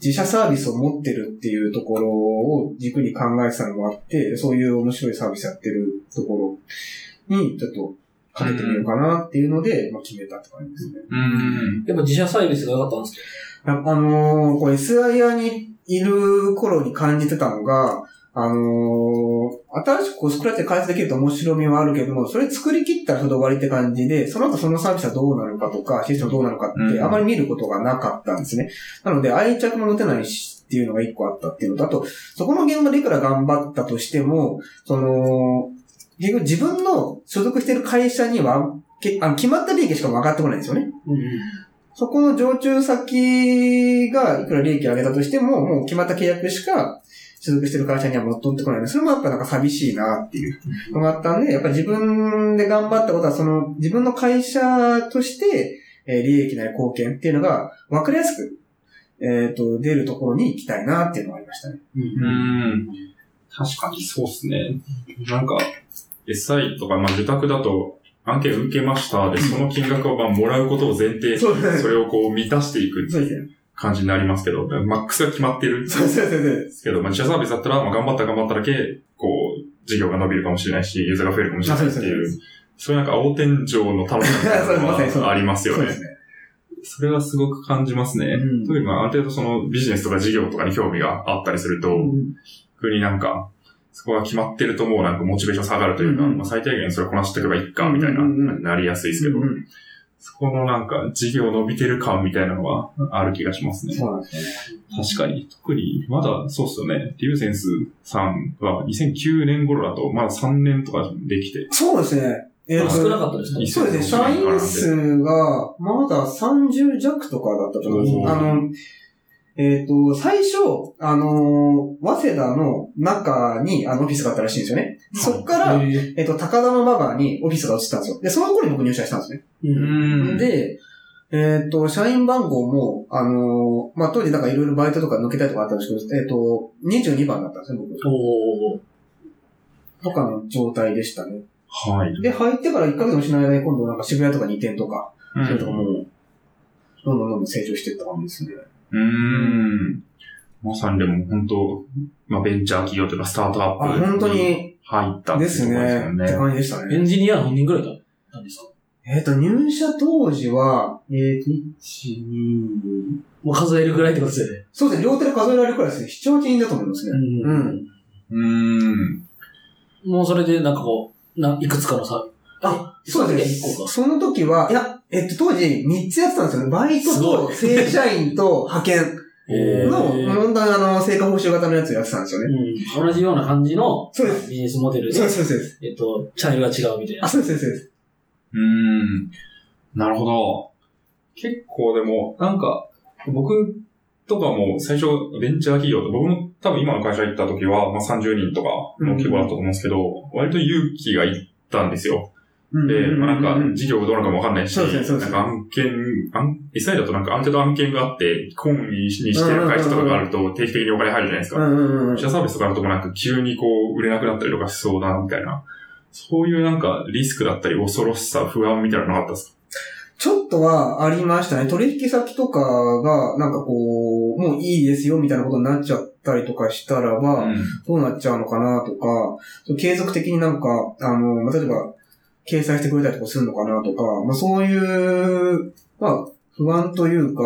自社サービスを持ってるっていうところを軸に考えてたのもあって、そういう面白いサービスやってるところに、ちょっとかけてみようかなっていうので、まあ決めたって感じですね。
うん。
やっぱ自社サービスが良かったんです
ああのーこれ SIR にいる頃に感じてたのが、あのー新しくこう作られて開発できると面白みはあるけども、それ作り切ったらそれで終わりって感じで、その後そのサービスはどうなるかとか、システムどうなるかっ
う
て、
ん
あまり見ることがなかったんですね。なので、愛着も持てないし、っていうのが一個あったっていうのと、あと、そこの現場でいくら頑張ったとしても、その、結局自分の所属している会社には、けあの決まった利益しか分かってこないんですよね。
ね。
そこの常駐先がいくら利益を上げたとしても、もう決まった契約しか所属してる会社には持っとってこないので、それもやっぱなんか寂しいなっていうのがあったんで、やっぱ自分で頑張ったことは、その自分の会社として、えー利益なり貢献っていうのが分かりやすく、えっ、と、出るところに行きたいなっていうのがありましたね。
うん。
う
うん。
ん。確かにそうっすね。なんか、SI とか、まあ、受託だと、案件受けました。で、その金額をまあもらうことを前提に、
そうですね
それをこう満たしていく
そうですね。
感じになりますけど、マックスが決まってるんで
そうですねそうですね。
すけど、まあ、自社サービスだったら、まあ、頑張った頑張っただけ、こう、事業が伸びるかもしれないし、ユーザーが増えるかもしれないって
あそう
い
です
う、そういうなんか青天井の楽しみみたいな
そうまさにそ
の
う
がありますよ
そう
ね
で。すね。
それはすごく感じますね。
うん
特にまあ、ある程度そのビジネスとか事業とかに興味があったりすると、逆になんか、そこが決まってるともうなんかモチベーション下がるというか、
うん
まあ最低限それこなしておけばいいか、みたいな、
うんうんうん
なりやすいですけど、
うん
そこのなんか事業伸びてる感みたいなのはある気がしますね。
そうなんですよね。
確かに。特に、まだそうっすよね。リューセンスさんは2009年頃だと、まだ3年とかできて、
そうですね。えーと
少なかったですね。
そうですね。社員
ん
数が、まだ30弱とかだったと思うんです
お
よ。
ー
あの、えっ、と、最初、あのー、早稲田の中に、あの、オフィスがあったらしいんですよね。そっから、
えー
えっ、と、高田の馬場にオフィスが移ったんですよ。で、その頃に僕入社したんですね。
うん。
で、えっ、と、社員番号も、あのーまあ、当時なんかいろいろバイトとか抜けたりとかあったんですけど、えっ、と、22番だったんですね、僕。
おー
とかの状態でしたね。
はい。
で、入ってから1ヶ月もしない間に今度なんか渋谷とか2店とか、
うん
そういうとこも、どんどんどんどん成長していった感じですね。
うーん。まさにでも本当、まあベンチャー企業というかスタートア
あ、
ップ。
本当。に、
入ったって
で
いうと
す
ころ
ね。って
ですよね。
感じでした
エ
ね。
ンジニア何人ぐらいだったんですか
えっ、と、入社当時は、えっ、と、1、2、
もう数えるぐらいってことですよね。
そうですね、両手で数えられるくらいですね。7、8人だと思いますね。
う
うん。
うーん。
もうそれでなんかこう、ないくつかのさ、
あ、
え
そうで
その時は一個
す。
か
その時は、いや、えっと、当時3つやってたんですよね。バイト
すご
と、正社員と、派遣
え
の、
ー
問題あの、成果報酬型のやつをやってたんですよね。
うん、同じような感じの
そうです。
ビジネスモデル
そう
で
で、す、そうです。
えっと、チャンネルが違うみたいな
あ、。そうです、そうです。
うーん。なるほど。結構でも、なんか、僕とかも最初ベンチャー企業と、僕も多分今の会社行った時は、まあ30人とかの規模だったと思うんですけど、割と勇気がいったんですよ。で、まあ、なんか、事業どうなのかもわかんないし、
そうですねそうで
な
す
ん
ね
か案件、案、SI だとなんかある程度案件があって、懇意にしてる会社とかがあると定期的にお金入るじゃないです
う
か。
んうんうん。
社サービスとかだともなんか急にこう売れなくなったりとかしそうだな、みたいな。そういうなんかリスクだったり恐ろしさ、不安みたいなのなかったですか
ちょっとはありましたね。取引先とかが、なんかこう、もういいですよみたいなことになっちゃったりとかしたらば、
うん
どうなっちゃうのかなとか、そう継続的になんか、あの、まあ、例えば、掲載してくれたりとかするのかなとか、まあ、そういう、まあ、不安というか、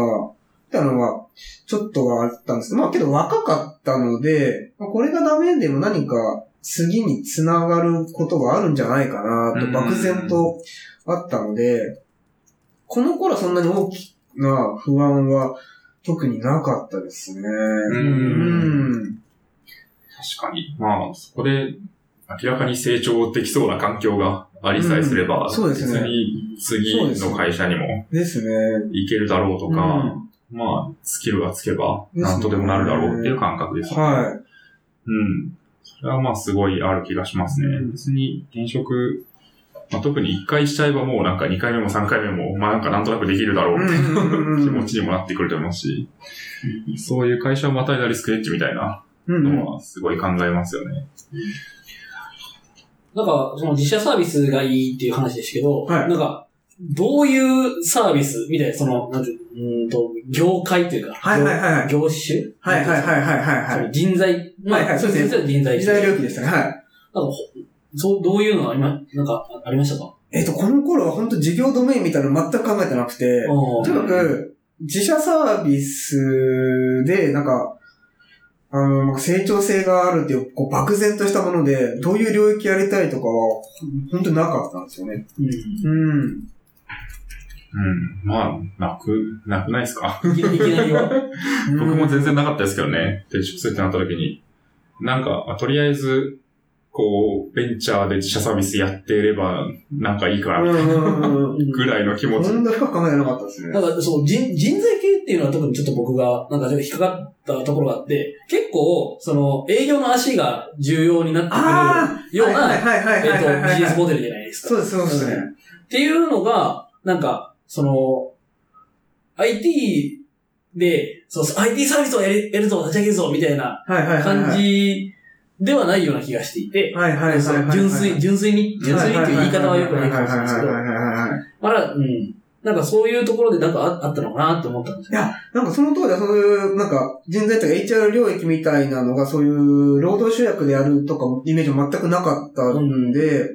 みたいなのは、ちょっとはあったんですけど、まあ、けど若かったので、まあ、これがダメでも何か次につながることがあるんじゃないかな
う
と、
ん
漠然とあったので、この頃はそんなに大きな不安は特になかったですね。
うん
うん
確かに。まあ、そこで明らかに成長できそうな環境がありさえすれば、
うんそうですね
別に次の会社にも
ですね。
行けるだろうとか、まあ、スキルがつけば、
ですね
なんとでもなるだろうっていう感覚ですね。
は
うん。それはまあ、すごいある気がしますね。
うん
別に転職、まあ、特に1回しちゃえばもうなんか2回目も3回目も、まあなんかなんとなくできるだろ
い。
うっていう
う
気持ちにもなってくると思いますし、そういう会社をまたいだリスクエッジみたいな
うん
のはすごい考えますよね。
なんか、その自社サービスがいいっていう話でしたけど、
はい
なんか、どういうサービスみたいな、その、なんていう、うーんと、業界というか、
はいはいはい
業業種
はいはいはいはい
そ
はいは
の
い。
人材、
はいはいそうですね
ね。人材。
時代領域でしたね。はい。
なんかほそう、どういうのありま、なんか、あありましたか
えっと、この頃は本当事業ドメインみたいなの全く考えてなくて、
うん
とにかく、自社サービスで、なんか、あの、成長性があるっていう、こう、漠然としたもので、どういう領域やりたいとかは、本当になかったんですよね。
うん
うん。
うん。まあ、なく、なくないですか
いきいきなりは。
僕も全然なかったですけどね。転職するってなった時に。なんか、あとりあえず、こう、ベンチャーで自社サービスやってれば、なんかいいか
う
な、
んうん うんうん。
ぐらいの気持ち。
本当深く考えてなかったです
な
ね。
んか、その人、人材系っていうのは特にちょっと僕が、なんかちょっと引っかかったところがあって、結構、その、営業の足が重要になって
ああ
くるよう
はい
な、
はい
えっ
はいはいはい
と、ビ
は
ジ
い
ネ
は
ス
い。
モデルじゃないですか。
そうです、そうですね。
っていうのが、なんか、その、IT で、そうそう、IT サービスをやりやるぞ、立ち上げるぞ、みたいな
はいはいはいはい。
感じではないような気がしていて、
はいはいはいはいはい。
純粋、純粋に、純粋にっていう言い方は良くないかもしれないですけど
は、はいはいはいはい。
まだ、うん。なんかそういうところでなんかああったのかなと思ったんです
いや、なんかその通りだ、そういう、なんか人材とか HR 領域みたいなのが、そういう労働集約でやるとかもイメージも全くなかったんで、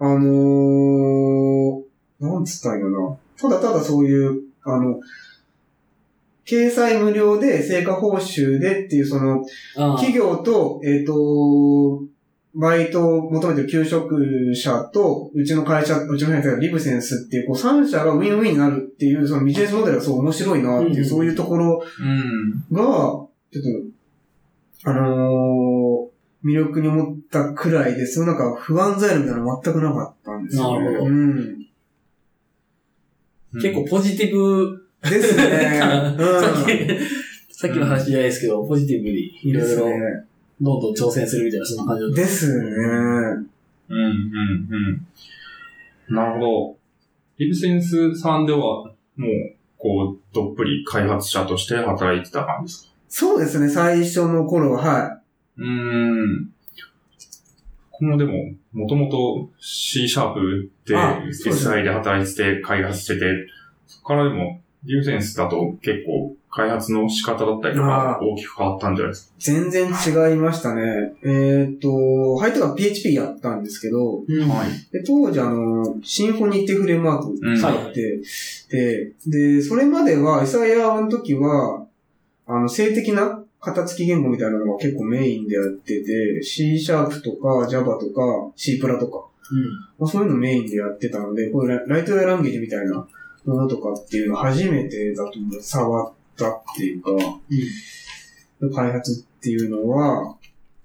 あのー、なんつったんやろな。ただただそういう、あの、掲載無料で、成果報酬でっていう、その、
ああ
企業と、えっ、と、バイトを求めてる求職者と、うちの会社、うちの会社がリブセンスっていう、こう3社がウィンウィンになるっていう、そのビジネスモデルがそう面白いなっていう、
うん
そういうところ
うん。
が、ちょっと、あのー魅力に思ったくらいで、そのなんか不安材料みたいなの全くなかったんですよ、ね。
なるほど
うん。
結構、ポジティブ、。
ですね うん
さっき、さっきの話じゃないですけど、ポジティブにいろ
で
い
す
ろ
ね。
どんどん挑戦するみたいな、そんな感じだっ
ですね。
うん、うん、うん。なるほど。リブセンスさんでは、もう、こう、どっぷり開発者として働いてた感じですか
そうですね、最初の頃は、はい。
うーん。このでも、もともと C シャープで
あそうです
SI で働いてて開発してて、そこからでも、リブセンスだと結構開発の仕方だったりとか
あ
大きく変わったんじゃないですか。
全然違いましたね。えーっと、入ってから PHP やったんですけど、
た。うん
はい。
で当時あの、シンフォニーっていうフレームワーク
うん。
は
があって、で、で、それまでは、エサイアの時は、あの、性的な型付き言語みたいなのが結構メインでやってて、C シャープとか Java とか C プラとか、まあ、そういうのメインでやってたので、こういうライトウェアランゲージみたいなものとかっていうのは初めてだと思う。触ったっていうか、開発っていうのは、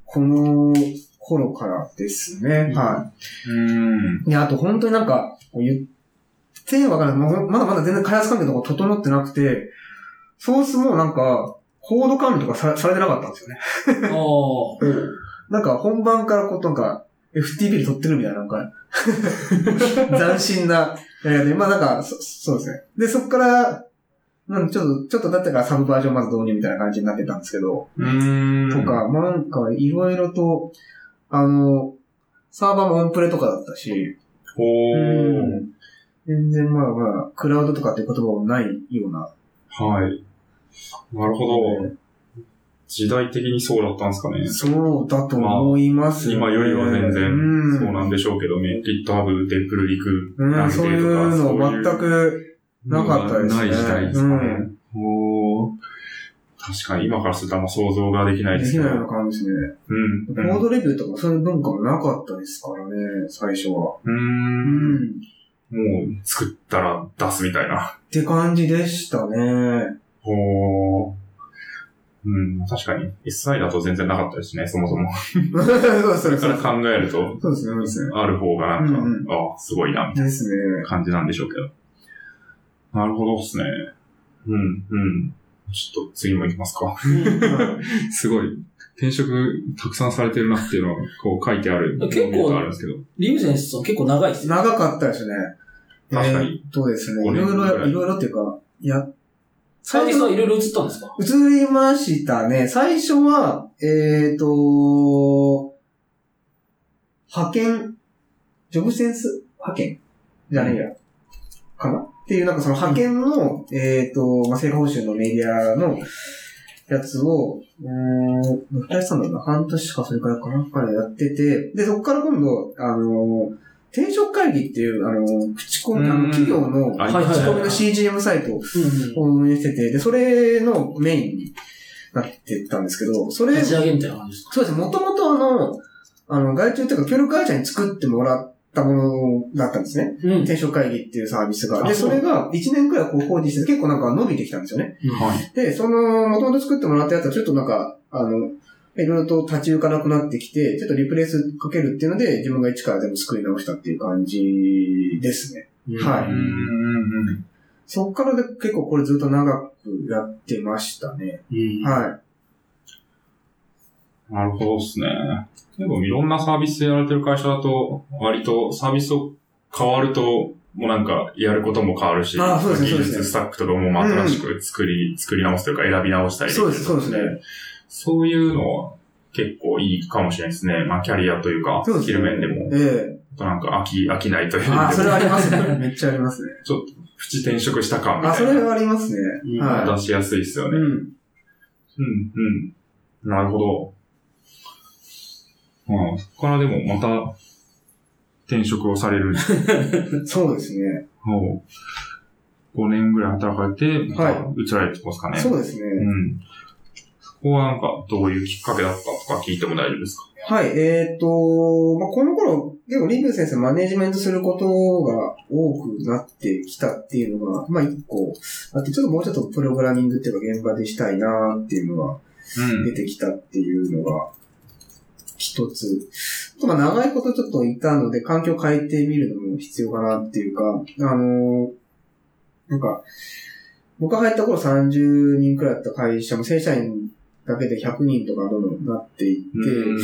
この頃からですね。は
うん。
い。で、あと本当になんか、こう言ってわからない。まだまだ全然開発関係とか整ってなくて、ソースもなんか、コード管理とかさされてなかったんですよね。
うん。おー
なんか本番からこう、なんか、FTP で撮ってるみたいな、なんか、 斬新な、えーでまあなんかそ、そうですね。で、そっから、なんかちょっと、ちょっとだったからサブバージョンまず導入みたいな感じになってたんですけど、
うん。
とか、まあなんかいろいろと、あの、サーバーもオンプレとかだったし、
おー。
全然まあまあ、クラウドとかって言葉もないような。
はい。なるほど。時代的にそうだったんですかね。
そうだと思います、
今よりは全
う
然
ん
そうなんでしょうけどね。GitHub でプルリク
うん、そういう
そうい
の
う
全く、なかったですね
ない時代ですかね。うおー確かに今からするとあんま想像ができないで
ですき
けど。
ないような感じですね。
うん。
コ
うん
ードレビューとかそういう文化もなかったですからね、最初は。
うー。
うんん。
もう作ったら出すみたいな。
って感じでし たね。
おーうん、確かに。SI だと全然なかったですね、そもそ も。
そうです
それ
ね。
か
そ
ら
うですね。
考えると、
そうですね。そうですね。
ある方がなんか、
うん
ああ、すごいな、みたいな
ですね。
感じなんでしょうけど。なるほどですね。うん、うん。ちょっと次も行きますか。 すごい。転職たくさんされてるなっていうのは、こう書いてある。
結構
ノートがあるんですけど。
リムセンスさん結構長いですね。
長かったですね。
確か
え
に。
ーっとですね、
五
い
年
ろい
ぐら
ろ、
い
いろいろっていうか、いや、
サー
最
ビス
初
はいろいろ映ったんですか
映りましたね。最初は、えーっと、派遣、ジョブセンス派遣じゃねえや。かなっていう、なんかその派遣の、えーっと、まあ、成果報酬のメディアのやつを、うーん、二人さんだろうな、半年かそれからかなからやってて、で、そこから今度、あの、転職会議っていう、あの、口コミ、あ
うん
の、企業の
あり
はいはいはい
口コミの CGM サイト
うん。
を運営してて、で、それのメインになってたんですけど、それ、
立ち
そう
上げみたいな感じですか
ですね、もともとあの、あの、外注っていうか、協力会社に作ってもらったものだったんですね。
うん。
転職会議っていうサービスが。で、
あそう
それが1年くらいこう放置してて、結構なんか伸びてきたんですよね。
はい。
で、その、もともと作ってもらったやつはちょっとなんか、あの、いろいろと立ち行かなくなってきて、ちょっとリプレイスかけるっていうので、自分が一から全部作り直したっていう感じですね。は
う
い
んうんうん。
そっからで結構これずっと長くやってましたね。
いい。
は
なるほどですね。結構いろんなサービスやられてる会社だと、割とサービスを変わると、もうなんか、やることも変わるし、
あそうですね
技
そうです
術
ね
スタックとかもまあ新しく作り、作り直すというか選び直した
い。
り
そう
る
です、そうですね。
そういうのは、結構いいかもしれないですね。まあ、キャリアというか、
そうで
ス
す
キ
ね
ル面でも、
え
あとなんか飽き、飽きないという
え
意
あ、
味
そ
で
れ
も、
ありますね。 めっちゃありますね。
ちょっと、プチ転職した感み
あ、
た
そ
い
れ
な。
はありますね。
うん
は
出しやすいですよ
い。
ね。
うん。
うん、うん。なるほど。まあ、そこからでもまた、転職をさ れる。
そうですね。
もう、5年ぐらい働かれて、ま
はい
た移られてますかね。
そうですね。
うん。そこはなんか、どういうきっかけだったとか聞いても大丈夫ですか
はい、えっ、と、まあ、この頃、結構リブ先生マネジメントすることが多くなってきたっていうのが、まあ、一個、あとちょっともうちょっとプログラミングっていうか現場でしたいなっていうのは
うん
出。てきたっていうのが、一つ。あとまあ長いことちょっといたので、環境変えてみるのも必要かなっていうか、あのーなんか、僕が入った頃30人くらいだった会社も正社員だけで100人とかどんどんなっていって、
うん。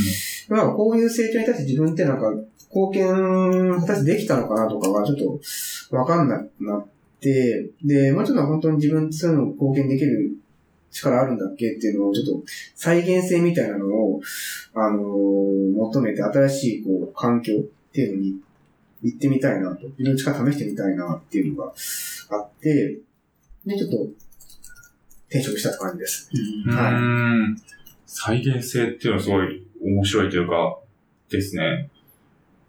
なんかこういう成長に対して自分ってなんか貢献果たしてできたのかなとかはちょっとわかんなくなって、で、もうちょっと本当に自分ってそういうのを貢献できる力あるんだっけっていうのをちょっと再現性みたいなのを、あのー求めて新しいこう環境っていうのに行ってみたいなと、自分の力試してみたいなっていうのがあって、で、ちょっと転職したって感じです。
う
はい
ん。再現性っていうのはすごい面白いというか、ですね。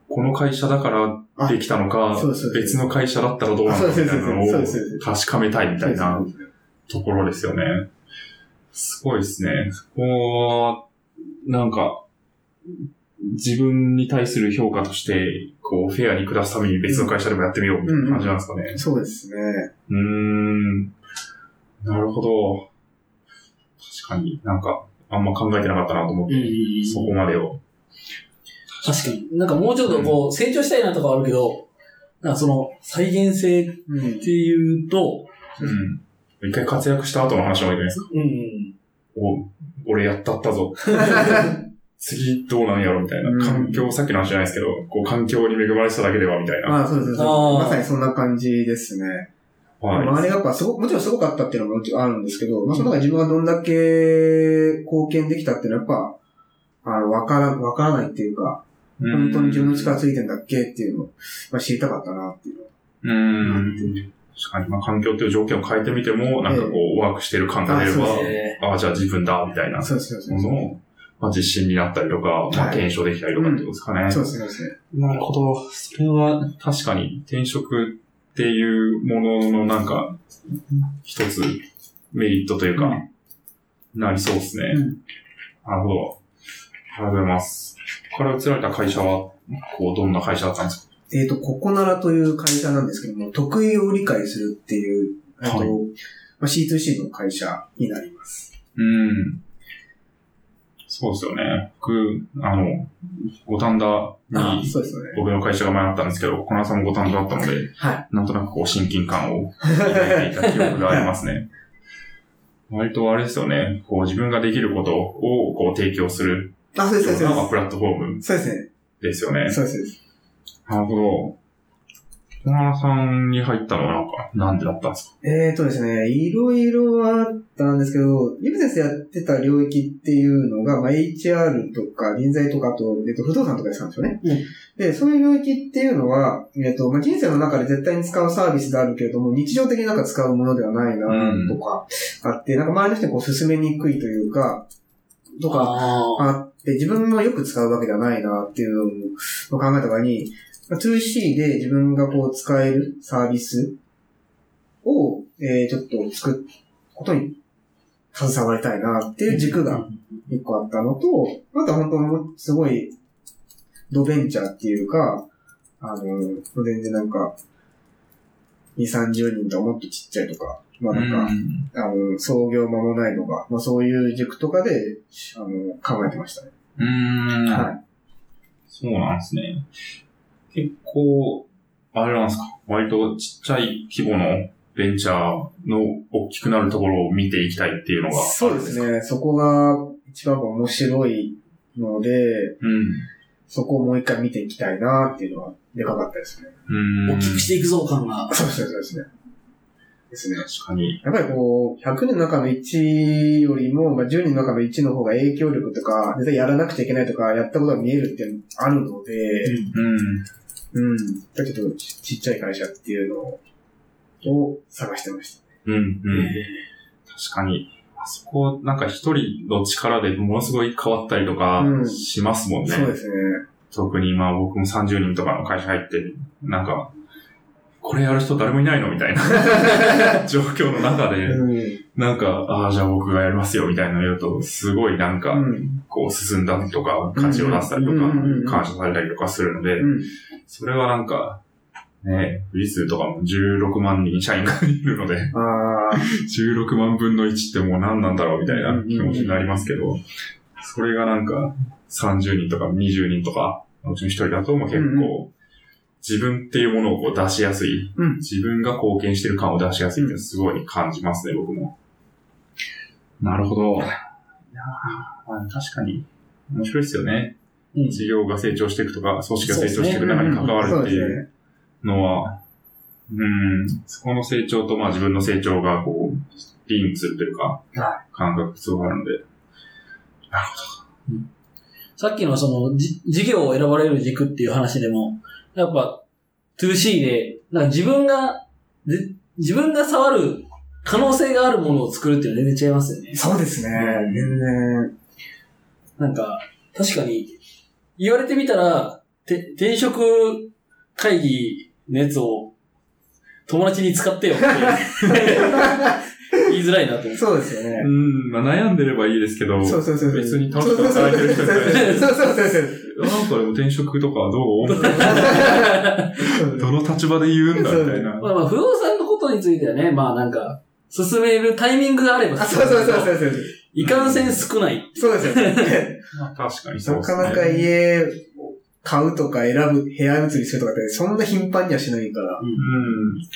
この会社だからできたのか
あそうですそう、です
別の会社だったらどうなのかみたいなのを
そうですそうで
確
す
かめたいみたいな
そうです
ところですよね。すごいですね。そこは、なんか、自分に対する評価として、こう、フェアに下すために別の会社でもやってみようみたいな感じなんですかね。
そうですね。
うーん。なるほど。確かになんか、あんま考えてなかったなと思って、そこまでを。
確かに。なんかもうちょっとこう、成長したいなとかはあるけど、なんかその、再現性っ
うん
ていうと、
うん。一回活躍した後の話もいいじゃないですか。
うん。
お、俺やったった ぞ。次どうなんやろみたいな
うん。
環境、さっきの話じゃないですけど、こう環境に恵まれてただけではみたいな。
ああ、そうですそう
ああ
です。まさにそんな感じですね。
はい。
周りがやっぱすごく、もちろんすごかったっていうのももちろんあるんですけど、まあ、その中で自分がどんだけ貢献できたっていうのはやっぱ、あの、わから、わからないっていうか、本当に自分の力ついてんだっけっていうのを、まあ、知りたかったなっていうの
うん。確かに、まあ環境という条件を変えてみても、なんかこう、ワークしてる感が出れば
あ
そ
そう
ですね。
ああ、じゃあ自分だ、みたいな
は。そうです、そ
も
うです。
のを、まあ、実践になったりとか、まあ、
はい
検証できたりとかってことですかね。
そうです、そうです。
なるほど。それは確かに転職っていうもののなんか、一つメリットというか、なりそうですね。
うん
なるほど。ありがとうございます。ここから移られた会社は、こう、どんな会社だったんです
えっ、と、ここならという会社なんですけども、得意を理解するっていう、えっと、
はい
まあ、C2C の会社になります。
かうん。そうですよね。僕、あの、五反田
あ
に
そうですよね。
僕の会社が前あったんですけど、このさんも五反田だったので、
はい。
なんとなくこう親近感を抱いていた記憶があります ね。割とあれですよね、こう自分ができることをこう提供する
あ、そうで
よ
す、
う
そ
な
うで
まあ
す。
プラットフォーム
そうですね。
ですよね。
そうですそうです。
なるほど。小原さんに入ったのはなんか、なんでだったんですか
えーとですね、いろいろあったんですけど、ゆブ先生やってた領域っていうのが、まあ、HR とか人材とかあと、えっと、不動産とかやってたんですよね。
うん
で、そういう領域っていうのは、えっと、まあ、人生の中で絶対に使うサービスであるけれども、日常的になんか使うものではないなとか、あって、なんか周りの人にこう進めにくいというか、とか、
ああ。
あって、自分もよく使うわけではないなっていうのを考えた場合に、まあ 2C で自分がこう使えるサービスを、えーちょっと作ることに携わりたいなっていう軸が一個あったのと、あとは本当もうすごいドベンチャーっていうか、あの、全然なんか、2、30人とかもっとちっちゃいとか、まあなんか、
うん
あの、創業間もないとか、まあそういう軸とかで、あの、考えてましたね。
うん
はい。
そうなんですね。結構、あれなんですか、割とちっちゃい規模のベンチャーの大きくなるところを見ていきたいっていうのがあるんですか
そうですね。そこが一番面白いので、
うん。
そこをもう一回見ていきたいなっていうのは、でかかったですね。
うん
大きくしていくぞ感が。
そうですね、そうですね。ですね。
確かに。
やっぱりこう、100人の中の1よりも、まあ、10人の中の1の方が影響力とか、絶対やらなくちゃいけないとか、やったことが見えるっていうのあるので、
うん。
うん。だけど、ちちっちゃい会社っていうのをを探してまし
うん、うん。確かに。あそこ、なんか一人の力でものすごい変わったりとか
うん
しますもん
た。
ね。
そうですね。
特に今僕も30人とかの会社入って、なんか、これやる人誰もいないのみたい な状況の中で、
う
なんか、ああ、じゃあ僕がやりますよみたいなの言うと、すごいなんか、
ん。うん。
こう進んだりとか、価値を出したりとか
うんうんうんうん、
感謝されたりとかするので、
うん。
それはなんか、ね、富士通とかも16万人社員がいるので、
ああ、
16万分の1ってもう何なんだろうみたいな気持ちになりますけど、それがなんか30人とか20人とかのうちの1人だともう結
うん
構自分っていうものをこう出しやすい、
うん
自分が貢献してる感を出しやすいってすごい感じますね、僕も。なるほど。いやーまあ確かに面白いですよね。
うん
事業が成長していくとか、組織が成長していく中に関わ
そ
る
う
って
です
い
ね
う。のは、うん、そこの成長と、まあ自分の成長が、こう、リンクするというか、感覚そうがあるので。
さっきのその、じ事業を選ばれる軸っていう話でも、やっぱ、2C で、なんか自分が、ぜ自分が触る可能性があるものを作るっていうのは全然違いますよね。
そうですね。全然。
なんか、確かに、言われてみたら、て転職会議のやつを友達に使ってよって 言いづらいなと思って。
そうですよね
う。ん、まあ悩んでればいいですけど、
そうそうそう。
別に楽しく働いてる人みたい
そうそうそ うそ
なん
う。
かでも転職とかどう
そう
どの立場で言うんだみたいな。
まあまあ、不動産のことについてはね、まあなんか、進めるタイミングがあれば
あ、そうそうそうそうそう。
いかんせん少ない。
そうですよね。
まあ確かにそう
な
です
かなか
ね。
家を買うとか選ぶ、部屋移りするとかって、そんな頻繁にはしないから。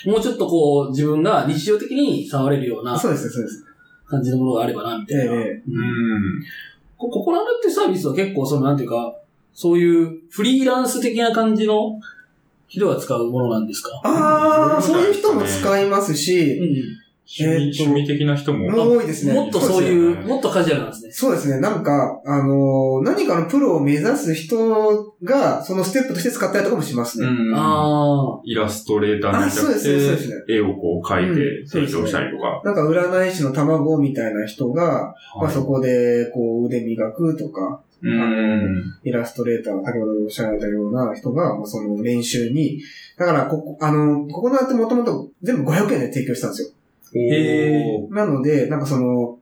もうちょっとこう、自分が日常的に触れるような
そうですね、そうです。
感じのものがあればな、みたいな。
え
うん。
うん
うん。
こここら辺ってサービスは結構、その、なんていうか、そういうフリーランス的な感じの人が使うものなんですか
ああ、そういう人も使いますし、
う
趣味、
えーと
趣味的な人も。
もう多いです
ん。
ね。
もっとそういう、もっとカジュアルなんですね。
そうですね。なんか、あのー何かのプロを目指す人が、そのステップとして使ったりとかもします
う
ね。
ん。
あ
イラストレーターにな
あ、
っちゃ
そうですね、そうで
っ
すね。
て、絵をこう描いて
うんそう
成
ですね
長したりとか。
なんか占い師の卵みたいな人が、まあそこで、こう腕磨くとか、
うん。
イラストレーターの先ほどおっしゃられたような人が、もうその練習に、だから、ここ、あの、ここのやってもともと全部500円で提供したんですよ。
へ
なので、なんかその、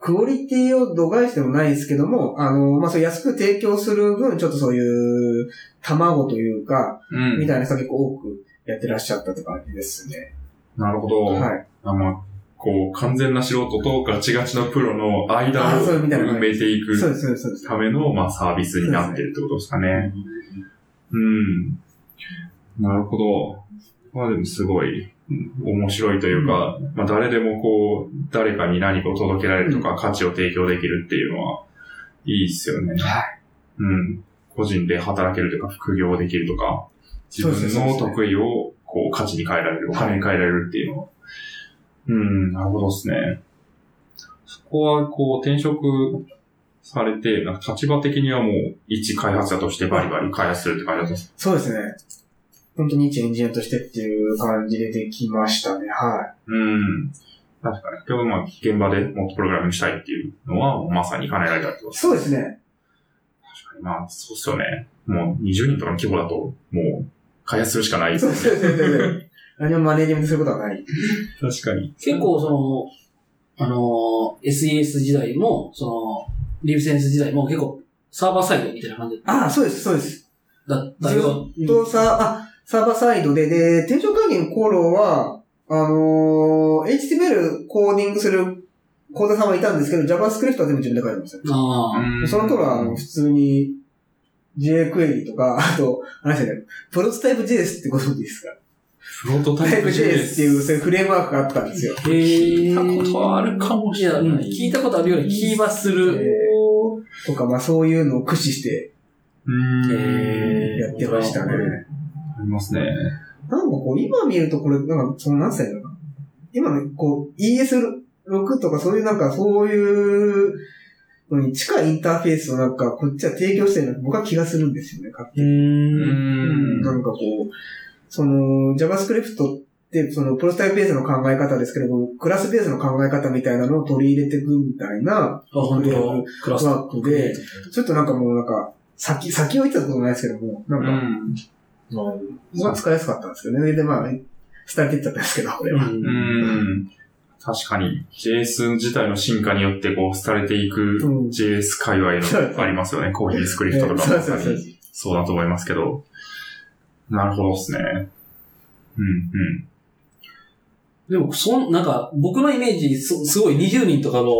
クオリティを度外視でもないですけども、あの、まあ、そう安く提供する分、ちょっとそういう、卵というか、
うん
みたいな人が結構多くやってらっしゃったって感じですね。
なるほど。
はい。
あまあ、こう、完全な素人とガチガチのプロの間
あ
を
そうみたいな
埋めてい
そ
く
うです、そうです、そうです。
ための、まあ、サービスになってるってことですか
あ
ね。。うん。なるほど。まあでもすごい面白いというか、まあ誰でもこう、誰かに何かを届けられるとか、価値を提供できるっていうのは、いいっすよね。うん。個人で働けるというか、副業できるとか、自
そうです
分
ね
の得意をこう価値に変えられる、お金に変えられるっていうのは。うん、なるほどですね。そこはこう転職されて、なんか立場的にはもう一開発者としてバリバリ開発するって感じだったんです
そうですね。本当に一エンジニアとしてっていう感じでできましたね。は
うん。確かに。今日まあ現場でもっとプログラミングしたいっていうのは、まさに金ライダーってこと
い。
です
そうですね。
確かに。まあ、そうっすよね。もう20人とかの規模だと、もう開発するしかないです
そ
よ
う
ね。
そうそうそう。何もマネージメントすることはない。
確かに。
結構、その、あのー、SES 時代も、その、リブセンス時代も結構、サーバーサイドみたいな感じ
ああ、そうです、そうです。
だった
ず
よ。
っとさ、あ、サーバーサイドで、で、転職会議の頃は、あのー HTML コーディングする講座さんはいたんですけど、JavaScript は全部自分で書いてましたよ。
ああ。
うん
その頃は、あの、普通に JQuery とか、 あと、あれですよね、プロトタイプ JS ってご存知ですか
プロト
プロト
タ
タ
イプ
イプ JS っていう、そういう
JS。
フレームワークがあったんですよ。
へえ。
聞いたことあるかもしれない
やうん聞いたことあるような気はする。
とか、まあそういうのを駆使して
うん。
へー
やってましたね。
ありますね。
なんかこう、今見るとこれ、なんか、その何歳だな今の、こう、ES6 とかそういうなんか、そういうのに近いインターフェースをなんか、こっちは提供してるの僕は気がするんですよね、勝手に
うん
なんかこう、その JavaScript って、そのプロトタイプベースの考え方ですけれども、クラスベースの考え方みたいなのを取り入れていくみたい
あ、
な
本当だ。クラ
ワ
スタ
ークで、ちょっとなんかもうなんか、先、先を言ってたことないですけども、なん
う
か、
ん。
まあ、僕は使いやすかったんですけどね。で、まあ、廃れていっちゃったんですけど、これは。
う
うんん。確かに、JS 自体の進化によって、こう、廃れていく
うん
JS 界隈
そうです
のありますよね。こういうスクリプトとか
そう
も。
そうそう。
そうだと思いますけど。なるほどですね。うん、
でも、そん、なんか、僕のイメージ、すすごい20人とかの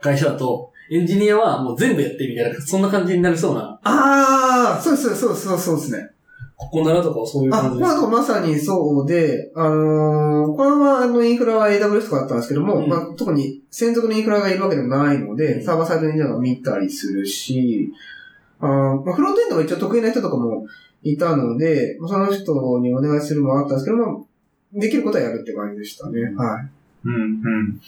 会社だと、エンジニアはもう全部やってみたいな、そんな感じになりそうな、
ああ、そうそうそうそうそうですね。
ここならとかそういう
あ、
感じで
まあ
す
あとまさにそうで、あのーこれはあのインフラは AWS とかだったんですけども、
うん
まあ、特に専属のインフラがいるわけでもないので、
うん
サーバーサイドエンジニアが見たりするし、あーまあ、フロントエンドが一応得意な人とかもいたので、まあその人にお願いするのもあったんですけども、できることはやるって感じでしたね。
うん
はい。
うん。うん、うん。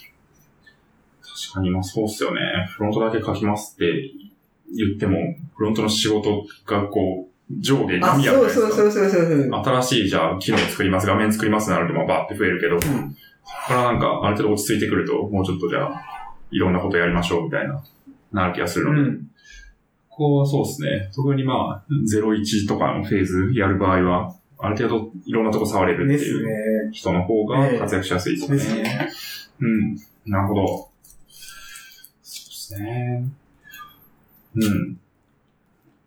確かに、まあそうっすよね。フロントだけ書きますって言っても、フロントの仕事がこう、上下
あ、
波あ
そ
る
う
じゃないうです
そそ
か。
うそうそうそう。
新しい、じゃあ、機能作ります、画面作りますなると、まあ、バーって増えるけど、
ん
これはなんか、ある程度落ち着いてくると、もうちょっとじゃあ、いろんなことやりましょう、みたいな、なる気がするので、
うん
ここはそうですね。特にまあ、01とかのフェーズやる場合は、ある程度いろんなとこ触れる
で
って
す
いう
ね。
人の方が活躍しやすいです
で
ね。
すね。
うん。なるほど。そうですね。うん。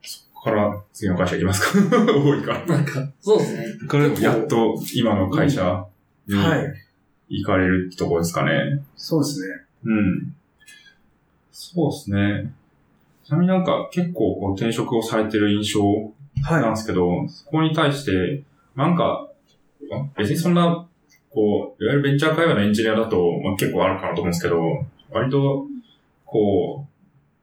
そこから次の会社行きますか 多いから。
なんか、そうですね。
これでもやっと今の会社に
はい。
行かれるってとこですかね。
そうですね。
うん。そうですね。ちなみになんか結構こう転職をされてる印象
はい。
なんですけど、そこに対して、なんか、別にそんな、こう、いわゆるベンチャー界隈のエンジニアだと、まあ、結構あるかなと思うんですけど、割と、こう、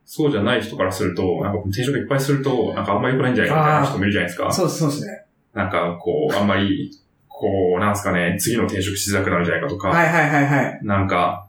そうじゃない人からすると、なんか転職いっぱいすると、なんかあんま良くないんじゃないかみたいな人もいるじゃないですか。
そうそうですね。
なんか、こう、あんまり、こう、なんすかね、次の転職しづらくなるんじゃないかとか、
はいはいはいはい。
なんか、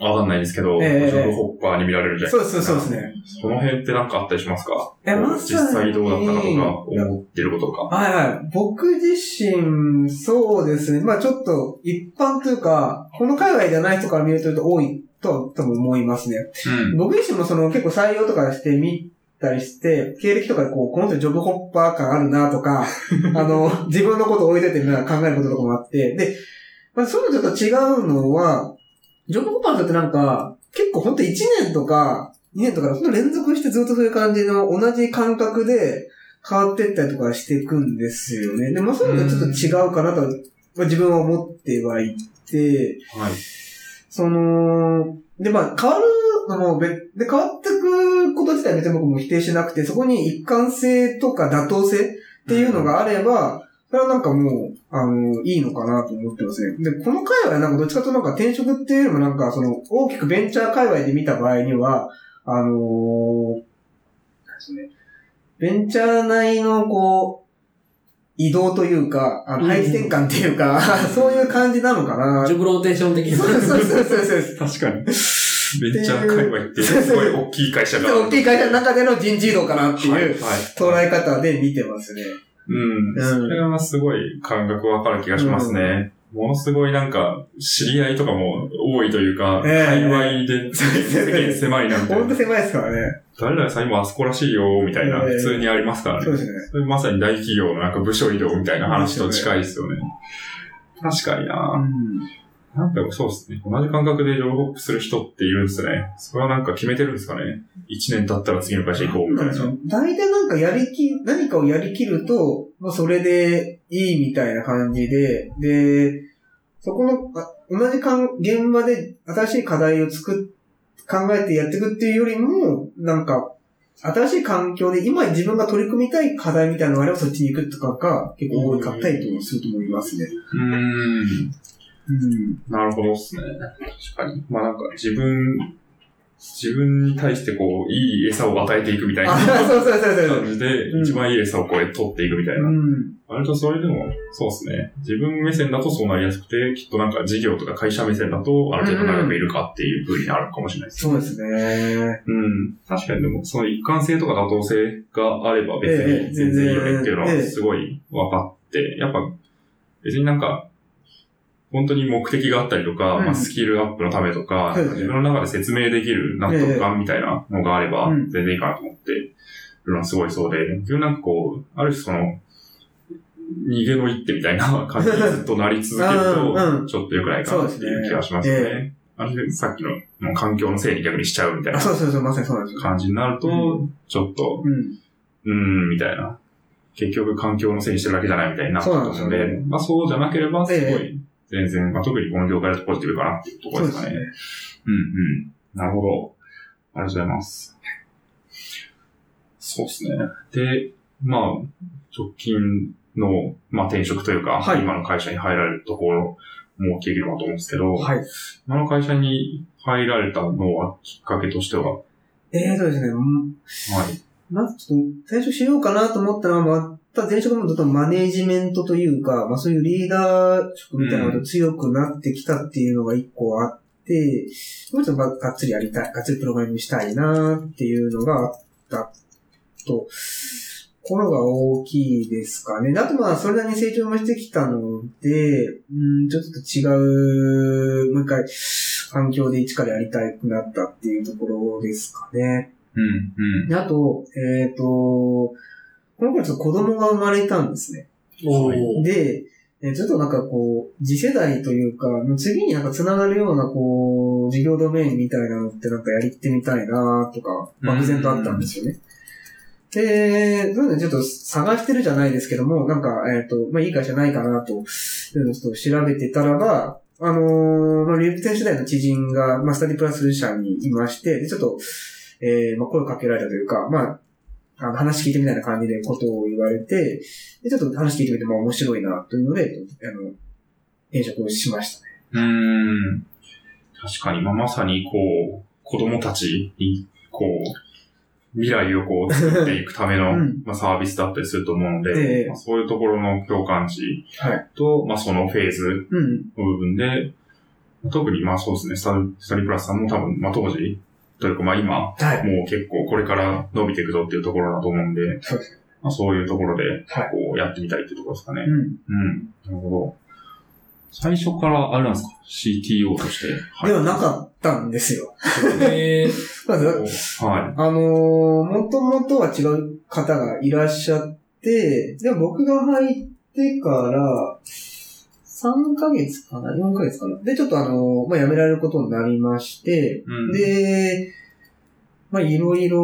わかんないですけど、
ええ
ジョブホッパーに見られるじゃない
そ
で
うそうそうですね。
すか。その辺ってなんかあったりしますか
えまさに
実際どうだったかとか、思ってることとか。
はいはい。僕自身、そうですね。まあちょっと、一般というか、この海外じゃない人から見ると多いとは多分思いますね。
うん。
僕自身もその結構採用とかしてみたりして、経歴とかでこう、この人ジョブホッパー感あるな とか、あの、自分のこと置いといてみたいな考えることとかもあって、で、まあそういうのちょっと違うのは、ジョブホッパーの人ってなんか、結構ほんと1年とか、2年とか、その連続してずっとそういう感じの同じ感覚で変わってったりとかしていくんですよね。で、まあそういうのがちょっと違うかなとは、まあ自分は思ってはいて、
はい。
その、で、まあ、変わるのも別、で、変わってくこと自体は別に僕も否定しなくて、そこに一貫性とか妥当性っていうのがあれば、それはなんかもう、あの、いいのかなと思ってますね。で、この界隈はなんかどっちかというとなんか転職っていうよりもなんかその、大きくベンチャー界隈で見た場合には、あのーなんですね、ベンチャー内のこう、移動というか、あの配置転換っていう か、そういう感じなのかな。
ジョブローテーション的
そうそうそうそうそうそ
確
う。
かに。ベンチャー界隈ってすごい大きい会社がある。
大きい会社の中での人事異動かなって
はい
い
は
う捉
い。
え方で見てますね。
うん。それはすごい感覚わかる気がしますね。ものすごいなんか、知り合いとかも多いというか、
え
界
え
隈で世間狭いなみた
ほ
い
んと
な。
狭いですからね。
誰々さん今あそこらしいよ、みたいな、
ええ
普通にありますからね
そう。ですね。
それまさに大企業のなんか部署移動みたいな話と近いですよね。確かにななんかそうですね。同じ感覚でジョブホップする人っているんですね。それはなんか決めてるんですかね。1年経ったら次の会社行こうみたいな。
大体なんかやりき、何かをやりきると、まあそれでいいみたいな感じで、で、そこの、あ同じかん現場で新しい課題を作っ、考えてやっていくっていうよりも、なんか、新しい環境で今自分が取り組みたい課題みたいなのがあればそっちに行くとかが結構多かったりとすると思いますね。
うーん。
うん。
なるほどっすね。確かに。まあなんか自分、自分に対してこう、いい餌を与えていくみたいな
あ、そうそうそうそう
感。じで、
うん
一番いい餌をこう、取っていくみたいな。
うん。
割とそれでも、そうですね。自分目線だとそうなりやすくて、きっとなんか事業とか会社目線だと、ある程度長くいるかっていう風になるかもしれないですね。
そうですね。
うん。確かにでも、その一貫性とか妥当性があれば別
ええ
に全然いいよねっていうの
ええ
はすごい分かって、やっぱ別になんか、本当に目的があったりとか、
うん
まあ、スキルアップのためとか、
ええ
自分の中で説明できる納得感みたいなのがあれば
うん、
全然いいかなと思ってるのはすごいそうで、自分なんかこう、ある種その、逃げの一手みたいな感じにずっとなり続ける
うんう
と、
ん
ちょっと良くないかなっていう気がしますよ
そう
ね
です。
あれでさっきのもう環境のせいに逆にしちゃうみたいな
あそうそうそう、まさにそうなんですよ。
感じになると、
う
ちょっと、
うん。
うーん、みたいな。結局環境のせいにしてるだけじゃないみたいになったと思
そううんなん
で、
ですよ
まあそうじゃなければ、すごい、
え
全然、まあ特にこの業界だとポジティブかなっていうところですかね。
そうで
うんうん。なるほど。ありがとうございます。そうですね。で、まあ、直近の、まあ転職というか、
はい
今の会社に入られるところも大きいかなと思うんですけど、
はい。
今の会社に入られたのはきっかけとしては、は
えーとですね、うん
い。
まずちょっと転職しようかなと思ったのは、また前職もずっとマネージメントというか、まあそういうリーダー職みたいなのが強くなってきたっていうのが一個あって、もうちょっとががっつりやりたい、がっつりプログラミングしたいなっていうのがあったと、ころが大きいですかね。あとまあそれなりに成長もしてきたので、うん、ちょっと違う、もう一回、環境で一からやりたくなったっていうところですかね。
うん、うん。
であと、えっ、と、この頃ちょっと子供が生まれたんですね。
おー。
で、えーちょっとなんかこう、次世代というか、次になんか繋がるようなこう、事業ドメインみたいなのってなんかやりってみたいなとか、漠然とあったんですよね。で、そういうのちょっと探してるじゃないですけども、なんか、えっ、と、まあ、いい会社ないかなと、いうのをちょっと調べてたらば、あのーまあ、リュウプテン世代の知人が、まあ、スタディプラス社にいまして、で、ちょっと、えー、まあ、声をかけられたというか、まあ、あの話聞いてみたいな感じでことを言われて、で、ちょっと話聞いてみて、まあ、面白いな、というので、あの、転職をしましたね。
うーん。確かに、まあ、まさに、こう、子供たちに、こう、未来をこう、作っていくための、
うん
まあ、サービスだったりすると思うの
え
で、
え
まあ、そういうところの共感値
はい。
と、まあ、そのフェーズ
うん。
の部分で、特に、まあ、そうですね、スタスタディプラスさんも多分、まあ、当時、というか、まあ、今、
はい。
もう結構これから伸びていくぞっていうところだと思うんで、
そうです
まあ、そういうところで、
はい
こう、やってみたいっていうところですかね。
うん。
うん。なるほど。最初から、あれなんですか ?CTO として。
ではなかったんですよ。
えー、
まず、
た。はい。
あのー、もともとは違う方がいらっしゃって、で、僕が入ってから、3ヶ月かな ?4 ヶ月かなで、ちょっとあのー、まあ、辞められることになりまして、
うん、
で、まあ、いろいろ、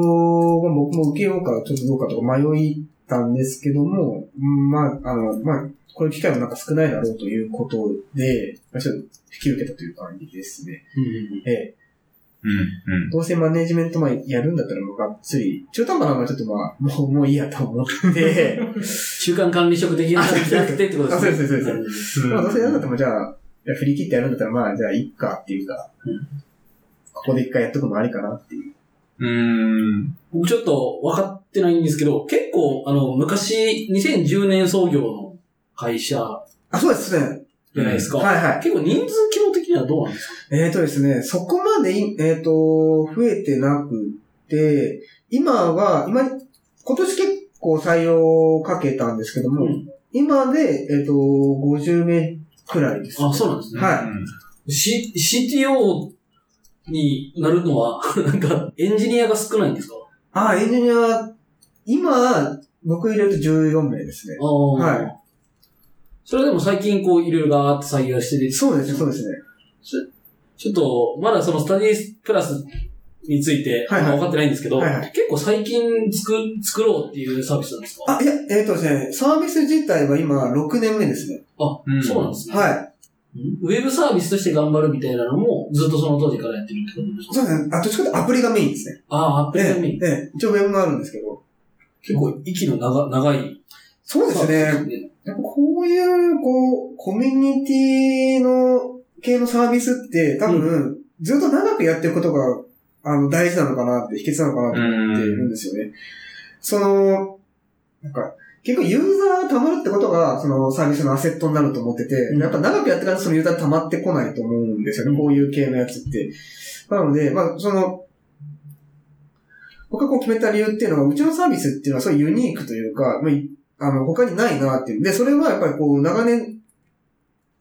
まあ、僕も受けようか、ちょっとどうかとか迷いたんですけども、うんまあ、あの、まあ、こういう機会もなんか少ないだろうということで、まあ、ちょっと引き受けたという感じですね。ええ。
うん、うん。
どうせマネジメントまあやるんだったらもうがっつり、中途半端なのはちょっとまあ、もう、もういいやと思って、
中間管理職的な話じゃなくてってことですね。
あそうですそう
です。
まあどうせやるんだったらまあじゃあ、いや振り切ってやるんだったらまあじゃあいっかっていうか、ここで一回やっとくのもありかなっていう。
うーん。
僕ちょっと分かってないんですけど、結構、あの、昔、2010年創業の会社
あ、そうですね。
じゃないですか。
はいはい。
結構人数規模的にはどうなんですか
えーとですね、そこまでい、えーと、増えてなくて、今は、今、今年結構採用をかけたんですけども、
うん
今で、えーと、50名くらいです。
あ、そうなんですね。
はい
い。
C、CTO になるのは、 なんか、エンジニアが少ないんですか
あ、エンジニア、今、僕入れると14名ですね。
ああ。
はい。
それでも最近こう、いろいろガーって採用してて、
そうですね、そうですね。
ちょっと、まだそのスタディプラスについて、
はいはい
分かってないんですけど、
はいは
結構最近作、作ろうっていうサービスなんですか
あ、いや、えっ、とですね、サービス自体は今6年目ですね。
あ、
うん
そうなんですね。
は
ウェブサービスとして頑張るみたいなのも、ずっとその当時からやってるってことです
い。
か
そうですね。あ、どっちかというとアプリがメインですね。
ああ、アップル
え
がメイン
え、ええ、一応ウェブもあるんですけど。
結構息の長長い
そうですね。
ね。
やっぱこういう、こう、コミュニティの系のサービスって多分、ずっと長くやってることがあの、大事なのかなって、秘訣なのかなって思っているんですよね。その、なんか、結構ユーザーが溜まるってことが、そのサービスのアセットになると思ってて、
ん
やっぱ長くやってからそのユーザー溜まってこないと思うんですよね、こういう系のやつって。なので、まあ、その、僕がこう決めた理由っていうのは、うちのサービスっていうのはすごいユニークというか、まあ、いあの、他にないなっていう。で、それはやっぱりこう、長年、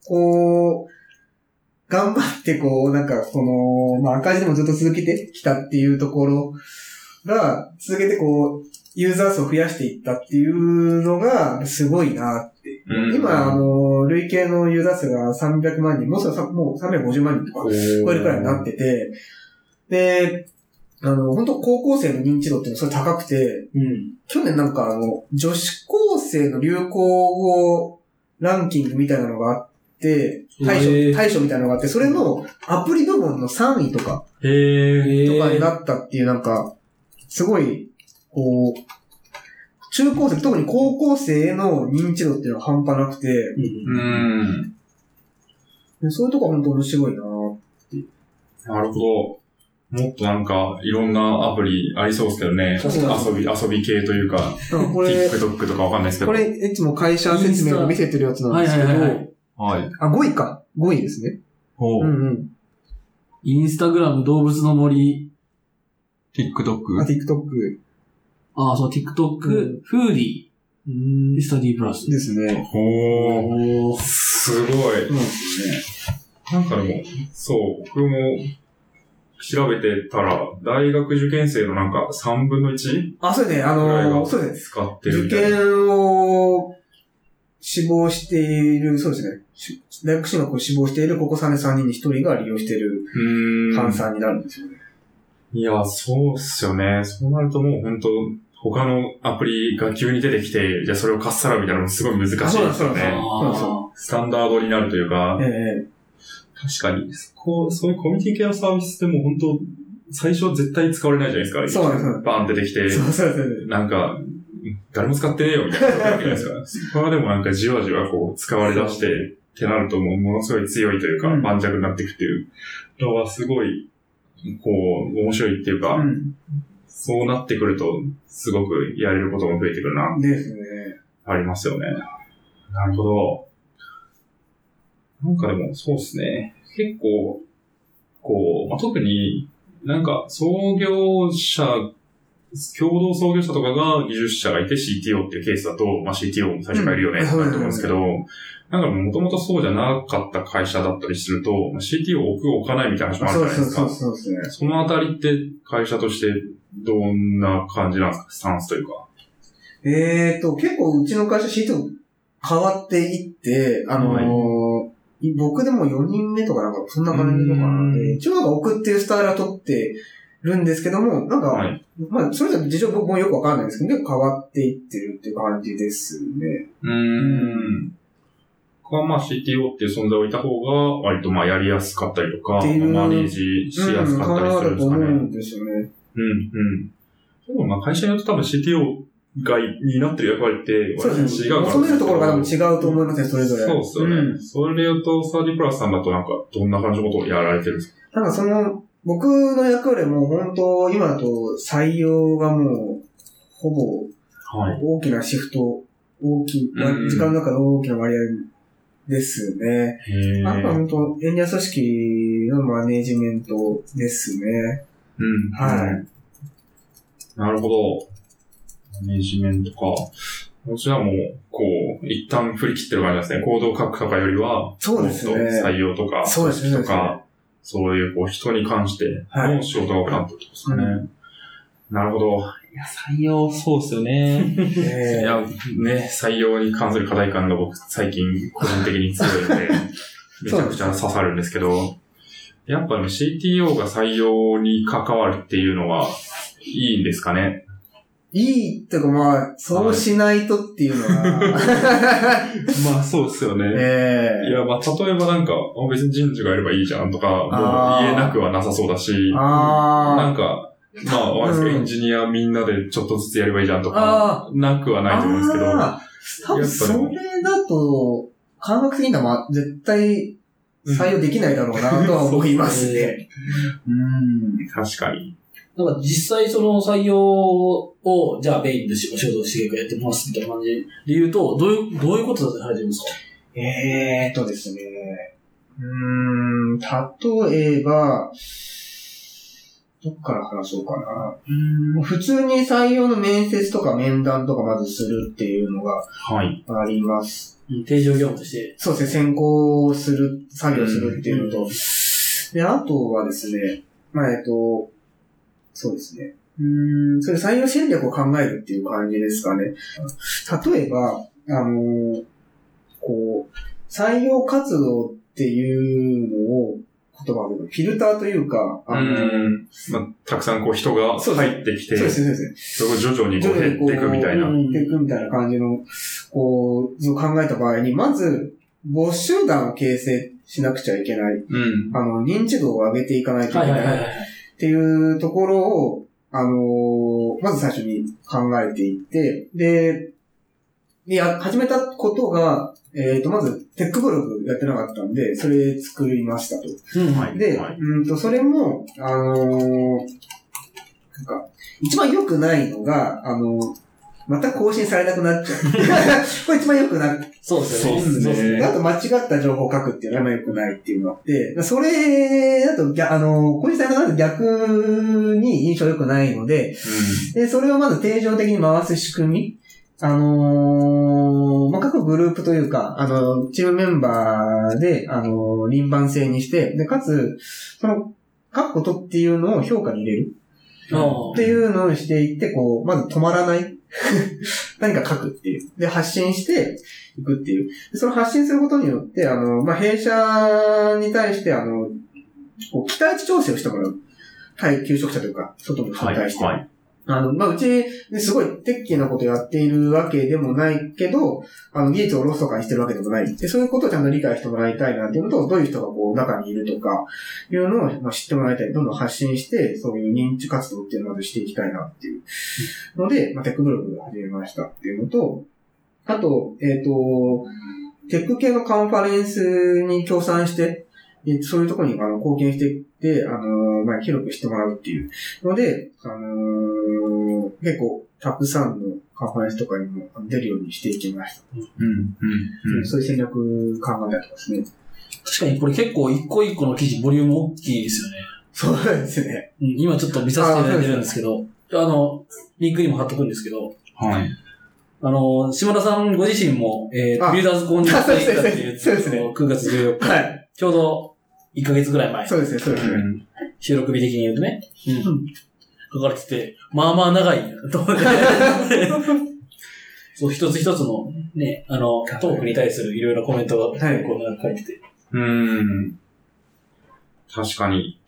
こう、頑張ってこう、なんか、その、まあ、赤字でもずっと続けてきたっていうところが、続けてこう、ユーザー数を増やしていったっていうのが、すごいなって。
うん
今、あの、累計のユーザー数が300万人、もうすぐさもう350万人とか超えるくらいになってて、で、あの、本当高校生の認知度っていうのはそれ高くて、
うん。
去年なんかあの、女子高生の流行語ランキングみたいなのがあって、大
へ
賞、
ー
大賞みたいなのがあって、それのアプリ部門の3位とか、
へー。
え
とかに
ー、
なったっていうなんか、すごい、こう、中高生、特に高校生への認知度っていうのは半端なくて、
うん
うん。
でそういうとこは本当面白いなぁ
なるほど。もっとなんか、いろんなアプリありそうですけどね。
確か
遊び、遊び系というか、
なんかこれ、
TikTok とかわかんないですけど。
これ、いつも会社説明を見せてるやつなんですけど、
はいはいはいは
はい。
あ、5位か。5位ですね。
ほ
う
う。
んうん。
インスタグラム動物の森、
あ、
TikTok。
TikTok
ああ、そう、TikTok、フーディー、スタディープラス。
ですね。
ほう。
おー
すごい。
そうなんですよね。
なんかでも、そう、僕も調べてたら、大学受験生のなんか3分の 1?
あ、そうですね。あ
ぐらい
の
が
ー、そうですね。
使ってる
受
みたいな。
験を志望している、そうですねし。大学進学を志望している高校3年3人に1人が利用している
う
換
ー
算になるんですよね。
ん。いや、そうっすよね。そうなるともう本当他のアプリが急に出てきて、じゃあそれをかっさらうみたいなのもすごい難しいです
あそう
よ
なんです
ね。
そうそ
あ
スタンダードになるというか、
え
確かに、こう、そういうコミュニティ系のサービスってもう本当最初は絶対使われないじゃないですか。
そうなんです
バーン出てきて
え。そうそうそう。
なんか、誰も使ってねえよみたいなことわけじゃない ですか。そこはでもなんかじわじわこう使われ出して、ってなるともうものすごい強いというか、
うん
盤石になっていくっていうのはすごい、こう、面白いっていうか、
うん。
そうなってくると、すごくやれることも増えてくるな、
ですね。
ありますよね。なるほど。なんかでも、そうですね。結構、こう、まあ、特になんか創業者、共同創業者とかが技術者がいて CTO っていうケースだと、まあ、CTO も最初からいるよね
うん
ってなると思うんですけど、なんかもともとそうじゃなかった会社だったりすると、まあ CTO を置く置かないみたいな話もあるじゃないで
そうそう
すか。
そうそうですね。
そのあたりって会社としてどんな感じなんですかスタンスというか。
えーと、結構うちの会社シート変わっていって、あのーい僕でも4人目とかなんかそんな感じとかなん
う
で、
ん
一応なんか送っていうスタイルは取ってるんですけども、なんか、
はい。
まあ、それぞれ事情僕もよくわかんないんですけど、結構変わっていってるっていう感じですね。
うーん。か、まあ CTO っていう存在を置いた方が、割とまあやりやすかったりとか、
っていう
マネージしやすかったりするんですか
うん考えだと思う
ね。
んですよね。
うん、うん。でもまあ会社によって多分 CTO がになってる役割って、
そう
割
で
と
す
違う
ね。
から。
求めるところが多分違うと思いますね、それぞれ。
そうっすよね。
うん
それで言うと、サーディプラスさんだとなんか、どんな感じのことをやられてるんですか
なんかその、僕の役割も本当、今だと採用がもう、ほぼ
は。
大きなシフト、大きい、
うんうん
時間の中の大きな割合ですね。
へー
あとは本当、エンジニア組織のマネジメントですね。
うん。
はい
い。なるほど。マネジメントか。こちらも、こう、一旦振り切ってる感じですね。行動を書くとかよりは、
そうですね
もっと採用とか、
そうですね
組織とか、そういう、こう、人に関しての仕事が多くなったってことですかね。
は
なるほど。いや、採用、そうですよね。
え
い
え
や、ね、採用に関する課題感が僕、最近、個人的に強いの で、めちゃくちゃ刺さるんですけど、やっぱでも CTO が採用に関わるっていうのは、いいんですかね。
いいっていうかまあ、そうしないとっていうの は。
まあ、そうですよね
え
い
え
や、まあ、例えばなんか、あ別に人事がやればいいじゃんとか、もう
あー
言えなくはなさそうだし、な
あ
んか、まあ、わかんないですけど
うん
エンジニアみんなでちょっとずつやればいいじゃんと
あ
か、なくは
あ。
ないと思うんですけど、
ああ多分それだと、感覚的にはまあ絶対、採用できないだろうなとは思いますね。うん。
確かに。
なんか実際その採用を、じゃあメインでしお仕事をしてやってますみたいな感じで言うと、どういう、どういうことだとされてるんですか
えーとですね。うーん、例えば、どっから話そうかな。うーん普通に採用の面接とか面談とかまずするっていうのが
はい。
あります。
定常業務として。
そうですね、選考をする、作業するっていうのと。で、あとはですね、まあ、えっと、そうですね。うーん、それ採用戦略を考えるっていう感じですかね。例えば、あのーこう、採用活動っていうのを、言葉でフィルターというか、
う
あのー
ん。まあ、たくさんこう人が
そうです
入ってきて、
そうです
そ
ね、そうです
れ
ね。
を徐々にこう減っていくみたいな。
う
うんん。
やっていくみたいな感じの、こう、そう考えた場合に、まず、募集団を形成しなくちゃいけない。あの、認知度を上げていかないといけ
はい
な。
はいいはいはい。
っていうところを、あのーまず最初に考えていって、で、でや、始めたことが、えっ、と、まず、テックブログやってなかったんで、それ作りましたと。
うん。
はい
で、
はい
うんと、それも、あのーなんか、一番良くないのが、あのーまた更新されなくなっちゃう。 これ一番良くなくて
そうですよね。
そうですね
であと間違った情報を書くっていうのはあんま良くないっていうのがあって、それだと、ぎゃあの、小西さんが逆に印象良くないので、で、それをまず定常的に回す仕組み。あのーまあ、各グループというか、あの、チームメンバーで、あのー輪番制にして、で、かつ、その、各ことっていうのを評価に入れる
うん
っていうのをしていって、こう、まず止まらない。 何か書くっていう。で、発信していくっていう。でその発信することによって、あの、まあ、弊社に対して、あの、こう期待値調整をしてもらう。対求職者というか、外の人
は
に
い。
対して。
はい。
あの、まあ、うち、すごいテッキーなことやっているわけでもないけど、あの、技術をロスとかにしてるわけでもない。で、そういうことをちゃんと理解してもらいたいなっていうのと、どういう人がこう、中にいるとか、いうのをまあ知ってもらいたい。どんどん発信して、そういう認知活動っていうのをまずしていきたいなっていう。ので、まあ、テックブログを始めましたっていうのと、あと、えっ、と、テック系のカンファレンスに協賛して、でそういうところにあの貢献していって、あのまあ、広くしてもらうっていう。ので、あのー結構、たくさんのカンファレンスとかにも出るようにしていきました。
うん。うん。うん。
そういう戦略考えたりとかですね。
確かにこれ結構一個一個の記事ボリューム大きいですよね。
そうですね。
うん今ちょっと見させていただいてるんですけど、あの、リンクにも貼っとくんですけど、
はい。
あの、島田さんご自身も、えー、
あ
ビルダーズ購入していたっていうやつ
そうですね
を9月14日、
はい。
ちょうど1ヶ月ぐらい前、
そうですね、そうですね。
収録日的に言うとね、
う
書かれてて、まあまあ長いと思って そう、一つ一つのね、あの、トークに対するいろいろコメントが、
はい
こうなんか書いてて。
うん。確かに。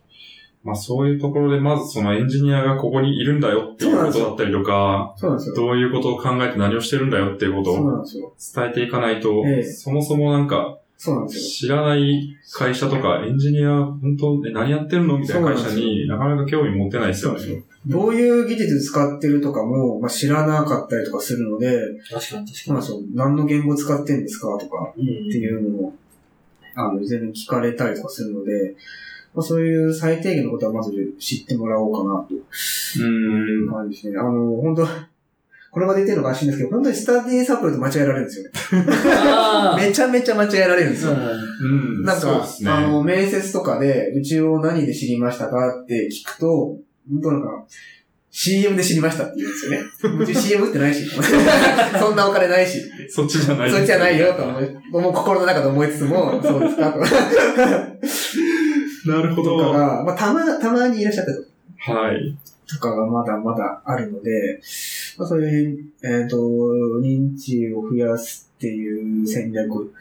まあそういうところで、まずそのエンジニアがここにいるんだよっていうことだったりとか、
そうなんですよ。
どういうことを考えて何をしてるんだよっていうこと
そう
を
なんですよ。
伝えていかないと、
ええ
そもそもなんか
そうなんです
知
よ。
らない会社とかエンジニア、本当え何やってるのみたいな会社になかなか興味持てないですよね。
そうどういう技術使ってるとかも、まあ、知らなかったりとかするので、
確かに確
そうなんですよ。何の言語使ってんですかとか、
に。うん
っていうのも、あの、全然聞かれたりとかするので、まあ、そういう最低限のことはまず知ってもらおうかなという
う
感じですね。あの、本当これが出てるのがしいんですけど、本当にスタディサプリと間違えられるんですよね。
あー
めちゃめちゃ間違えられるんですよ。
ん。うん。
なん
そうで
か、
すね。
あの、面接とかで、うちを何で知りましたかって聞くと、本当なんか、CM で知りましたって言うんですよね。うち CM 打ってないし、 そんなお金ないし、
そっちじゃない
そっちじゃないよと思い、もう心の中で思いつつも、そうですかと。
なるほ
と
ど。は
かが、まあ、たま、たまにいらっしゃったり
い。
とかがまだまだあるので、まあ、そういう、えっ、と、認知を増やすっていう戦略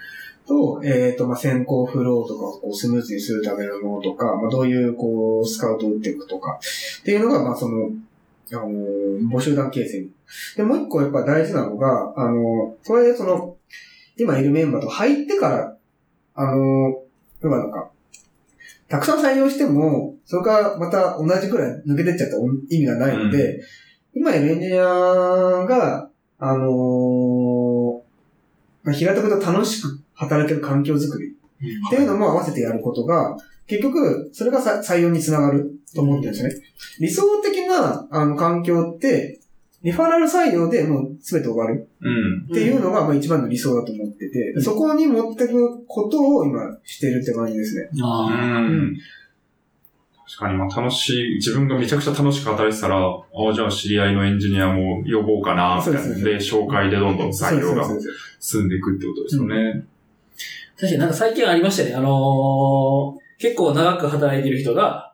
と、えっ、と、まあ、先行フローとかをこうスムーズにするためのものとか、まあ、どういう、こう、スカウトを打っていくとか、っていうのが、まあ、その、あの、募集団形成。で、もう一個やっぱ大事なのが、あの、それでその、今いるメンバーと入ってから、あの、要はなんか、たくさん採用しても、それがまた同じくらい抜けてっちゃったら意味がないので、今やエンジニアが、あのーまあ平たく言うと楽しく働ける環境づくりっていうのも合わせてやることが、結局、それがさ採用につながると思ってるんですよね。理想的な、あの、環境って、リファラル採用でもう全て終わる
うん。
っていうのが、まあ一番の理想だと思ってて、そこに持ってくことを今してるって感じですね。
う
ああ。
ん。確かに、まあ楽しい、自分がめちゃくちゃ楽しく働いてたら、ああ、じゃあ知り合いのエンジニアも呼ぼうかな、みたいな
そうです
で、紹介でどんどん採用が
そうですそうです
進んでいくってことですよね。
確かになんか最近ありましたね。あのー結構長く働いてる人が、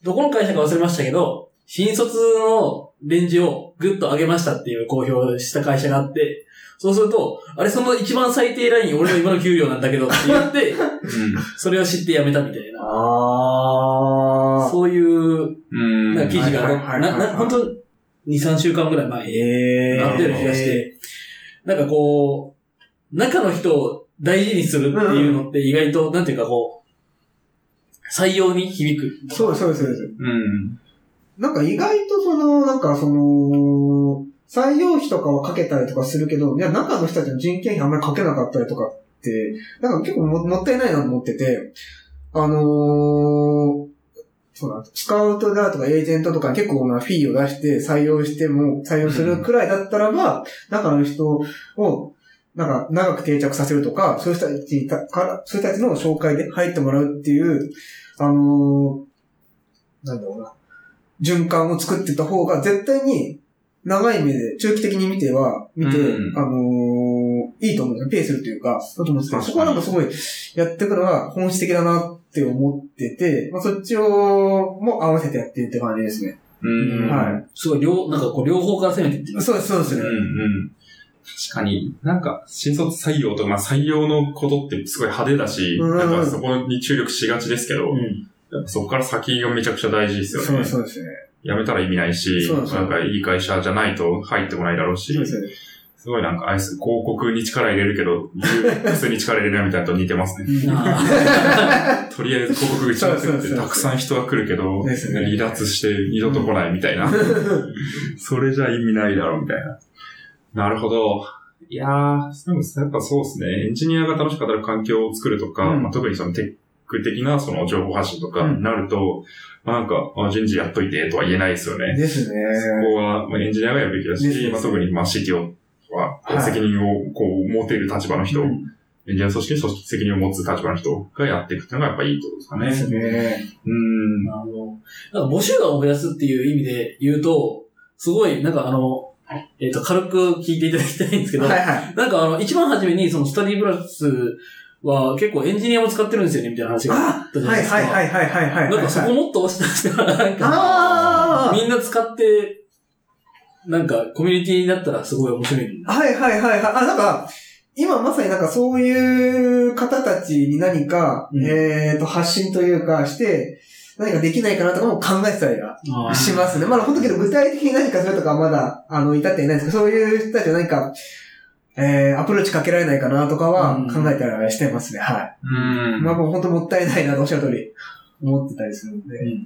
どこの会社か忘れましたけど、新卒のレンジをぐっと上げましたっていう公表した会社があって、そうすると、あれその一番最低ライン俺の今の給料なんだけどって言って、 それを知って辞めたみたいな。
あー。
そういう、
うん。うん。
なんか記事が、
はいはいはいはい
な、な、本当に2、3週間ぐらい前に
え
なってる気がして、なんかこう、中の人を大事にするっていうのって意外と、なんていうかこう、採用に響く。
そうです、そうです、そうです。
うん。
なんか意外とその、なんかその、採用費とかはかけたりとかするけど、いや、中の人たちの人件費あんまりかけなかったりとかって、なんか結構ももったいないなと思ってて、あのー、そうだ、スカウトだとかエージェントとかに結構なフィーを出して採用しても、採用するくらいだったらば、中の人を、なんか長く定着させるとか、そういう人たちたから、そういう人たちの紹介で入ってもらうっていう、あのー、なんだろうな。循環を作ってた方が絶対に長い目で、中期的に見ては、見て、
うん
あのーいいと思うんですよ。ペイするというか、だと思うんですけ
確か
ど、
に
そこはなんかすごいやっていくのが本質的だなって思ってて、まあ、そっちを、も合わせてやってるって感じですね。
うん。
はい
すごい、両、なんかこう、両方から攻めていってます。
そうです、そう
う
で
ん
すね。
うん。確かに、なんか、新卒採用とか、まあ採用のことってすごい派手だし、
うん
なんかそこに注力しがちですけど、やっぱそこから先がめちゃくちゃ大事ですよね。
そうです、そうですね。
辞めたら意味ないし、
そうそう
なんかいい会社じゃないと入ってこないだろうし、
そうです、そうです。
すごいなんかあれです広告に力入れるけど、普通に力入れないみたいなのと似てます ね。
あ
とりあえず広告打ちまく
そ
っ
うそう
て
そう
たくさん人が来るけど、
ですね
離脱して二度と来ないみたいな。 それじゃ意味ないだろうみたいな。なるほど。いやー、でもやっぱそうですね。エンジニアが楽しく働く環境を作るとか、
うん
まあ、特にそのテック的なその情報発信とか
うん
になると、まあ、なんかあ人事やっといてとは言えないですよね。
ですね。
そこは、まあ、エンジニアがやるべきだ
です
し、
ね
まあ、特に、まあ、CTO は、こう
はい
責任を、こう、持てる立場の人、
う
エン
ん
ジニア組織に組織責任を持つ立場の人がやっていくっていうのがやっぱいいってこと
で
ですすかね。
ね。
う ん。
あの、なんか募集団を増やすっていう意味で言うと、すごい、なんかあの、えっ、と、軽く聞いていただきたいんですけど、
はいはい。
なんかあの、一番初めに、そのスタディブラスは結構エンジニアも使ってるんですよね、みたいな話があ
あ
ったじゃな
はいい
ですか。
はいはいはいはいはい。
なんかそこもっと押し出したら、なんか、
あー
みんな使って、なんか、コミュニティになったらすごい面白いな。
はいはいはいはい。あ、なんか、今まさになんかそういう方たちに何か、
うん
えっと、発信というかして、何かできないかなとかも考えてたりは
あ
しますね。まだ本当けど具体的に何かするとかはまだ、あの、至っていないんですけど、そういう人たちは何か、えー、アプローチかけられないかなとかは
うん
考えたりはしてますね。はい。
うん。
まあもう本当もったいないなとおっしゃる通り、思ってたりするんで。
うん。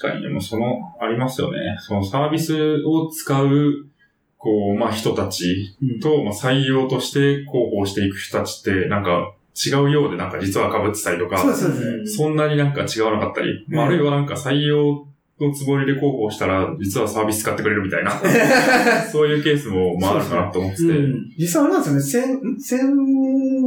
確かに、でもその、ありますよね。そのサービスを使う、こう、まあ、人たちと、まあ、採用として広報していく人たちって、なんか、違うようで、なんか実は被ってたりとか、
そうです、そう です。
そんなになんか違わなかったり、まあ、
うん
あるいはなんか採用のつもりで広報したら、実はサービス使ってくれるみたい な、そういうケースも、まあ、あるかなと思ってて。
うん。
実際あれなんですよね、先、先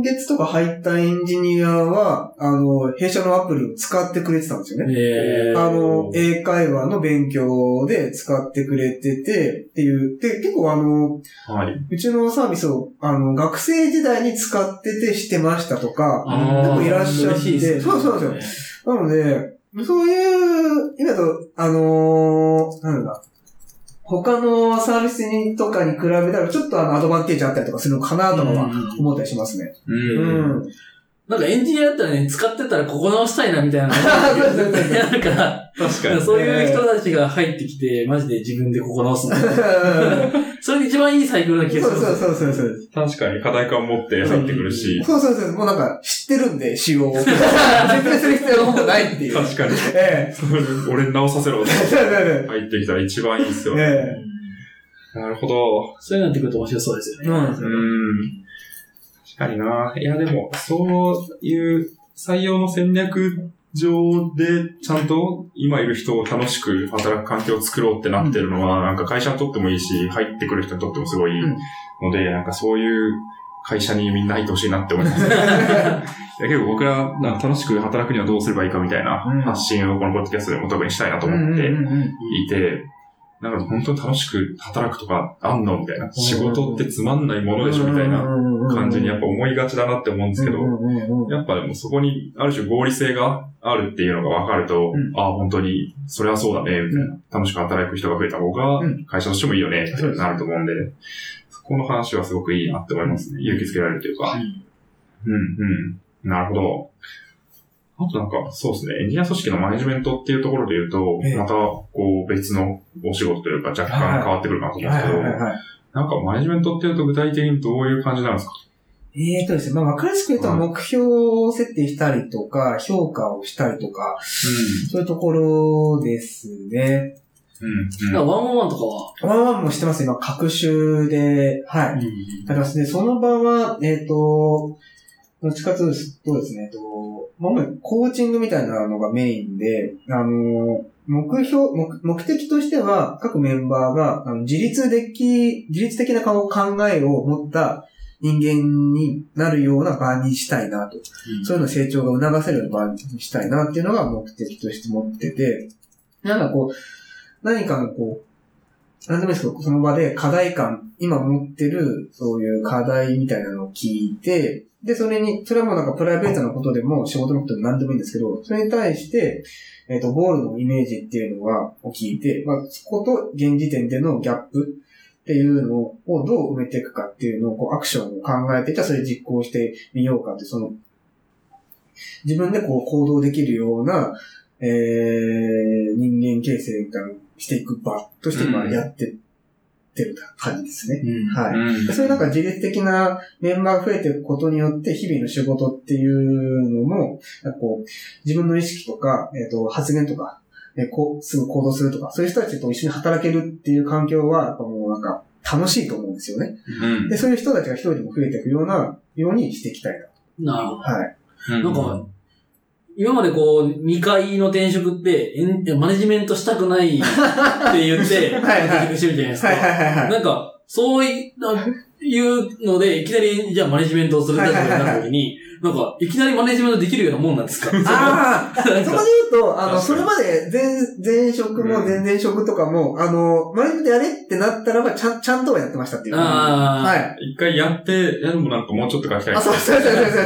月とか入ったエンジニアは、あの、弊社のアプリを使ってくれてたんですよね。
えー、
あの、英会話の勉強で使ってくれてて、っていう、で、結構あの、
はい。
うちのサービスを、あの、学生時代に使っててしてましたとか、
あー
でもいらっしゃって
嬉しいですね
そうそうそうなので、そういう、今だと、あのーなんだ、他のサービスにとかに比べたら、ちょっとあの、アドバンテージあったりとかするのかなとかは
うん
思ったりしますね。
う。
うんん。
なんかエンジニアだったらね、使ってたらここ直したいな、みたい な。
そうそうそう
なるから、
確かに。
そういう人たちが入ってきて、マジで自分でここ直すの。それが一番いいサイクルな気が
そ
す
う
るんです
そ
よ
うそうそうそう。
確かに課題感を持って入ってくるし、
そうそうそう。もうなんか、知ってるんで、仕 様を。説明する必要がもうないっていう。
確かに。
ええ。
それ俺直させろ。
そうそうそう
入ってきたら一番いいっすよ。
え
なるほど。
そういうのってくると面白そうですよね。
そうなんです
う
よ
ん。確かにな。いや、でも、そういう採用の戦略上で、ちゃんと今いる人を楽しく働く環境を作ろうってなってるのは、なんか会社にとってもいいし、入ってくる人にとってもすごいいい
うん
ので、なんかそういう会社にみんな入ってほしいなって思い ます。いや結構僕ら、なんか楽しく働くにはどうすればいいかみたいな
うん
発信をこのポッドキャストでも特にしたいなと思って、いて、だから本当に楽しく働くとかあんのみたいな。仕事ってつまんないものでしょみたいな感じにやっぱ思いがちだなって思うんですけど、やっぱでもそこにある種合理性があるっていうのが分かると、
うん
ああ、本当にそれはそうだね、みたいな、
う
楽しく働く人が増えた方が
うん
会社としてもいいよね、って
そうです
なると思うんで、そこの話はすごくいいなって思いますね。勇気づけられるというか。うんうん。なるほど。あとなんか、そうですね。エンジニア組織のマネジメントっていうところで言うと、
ええ
また、こう、別のお仕事というか、若干変わってくるかなと思うんですけど、なんか、マネジメントっていうと、具体的にどういう感じなんですか
えーとですね、まあ、わかりやすく言うと、
はい
目標を設定したりとか、評価をしたりとか、そういうところですね。
うん。うん。
だからワンオンワンとかは、
ワンワンもしてます、今、各週で、はい。ただですね、その場は、えっ、と、どっちかというとですね、えっとまあ、主にコーチングみたいなのがメインで、あの、目標、目目的としては、各メンバーがあの自立でき、自律的な顔考えを持った人間になるような場にしたいなと。そういうのを成長が促せるような場にしたいなっていうのが目的として持ってて、なんかこう、何かのこう、なんでもいいですけど、その場で課題感、今持ってるそういう課題みたいなのを聞いて、で、それに、それはもうなんかプライベートなことでも仕事のことでも何でもいいんですけど、それに対して、えっ、と、ゴールのイメージっていうのが、を聞いて、まあ、そこと現時点でのギャップっていうのをどう埋めていくかっていうのを、こう、アクションを考えて、じゃあそれ実行してみようかって、その自分でこう行動できるような、えー、人間形成がしていく場として今
うん
やってってる感じですね。
うん
はい。
うん
そういうなんか、自律的なメンバーが増えていくことによって、日々の仕事っていうのも、なんかこう、自分の意識とか、えっ、と、発言とか、えこう、すぐ行動するとか、そういう人たちと一緒に働けるっていう環境は、やっぱもうなんか、楽しいと思うんですよね。
うん
で、そういう人たちが一人でも増えていくような、ようにしていきたいな。
なるほど。
はい。
うん
なんか、今までこう、2階の転職って、エンマネジメントしたくないって言って、
はい
転職してるじゃないですか。
はいは
なんか、そういいうので、いきなり、じゃあマネジメントをするってことになるときに、なんか、いきなりマネジメントできるようなもんなんですか
あ あ、そこで言うと、
確
あ
か
の、
に
それまで前、前職も前々職とかも、あの、マネジメントやれってなったらば、ちゃん、ちゃんとはやってましたっていう。は
あ
い。
一回やって、やるもなんかもうちょっと書きたい。
あ、そうそうそうそうそうそう。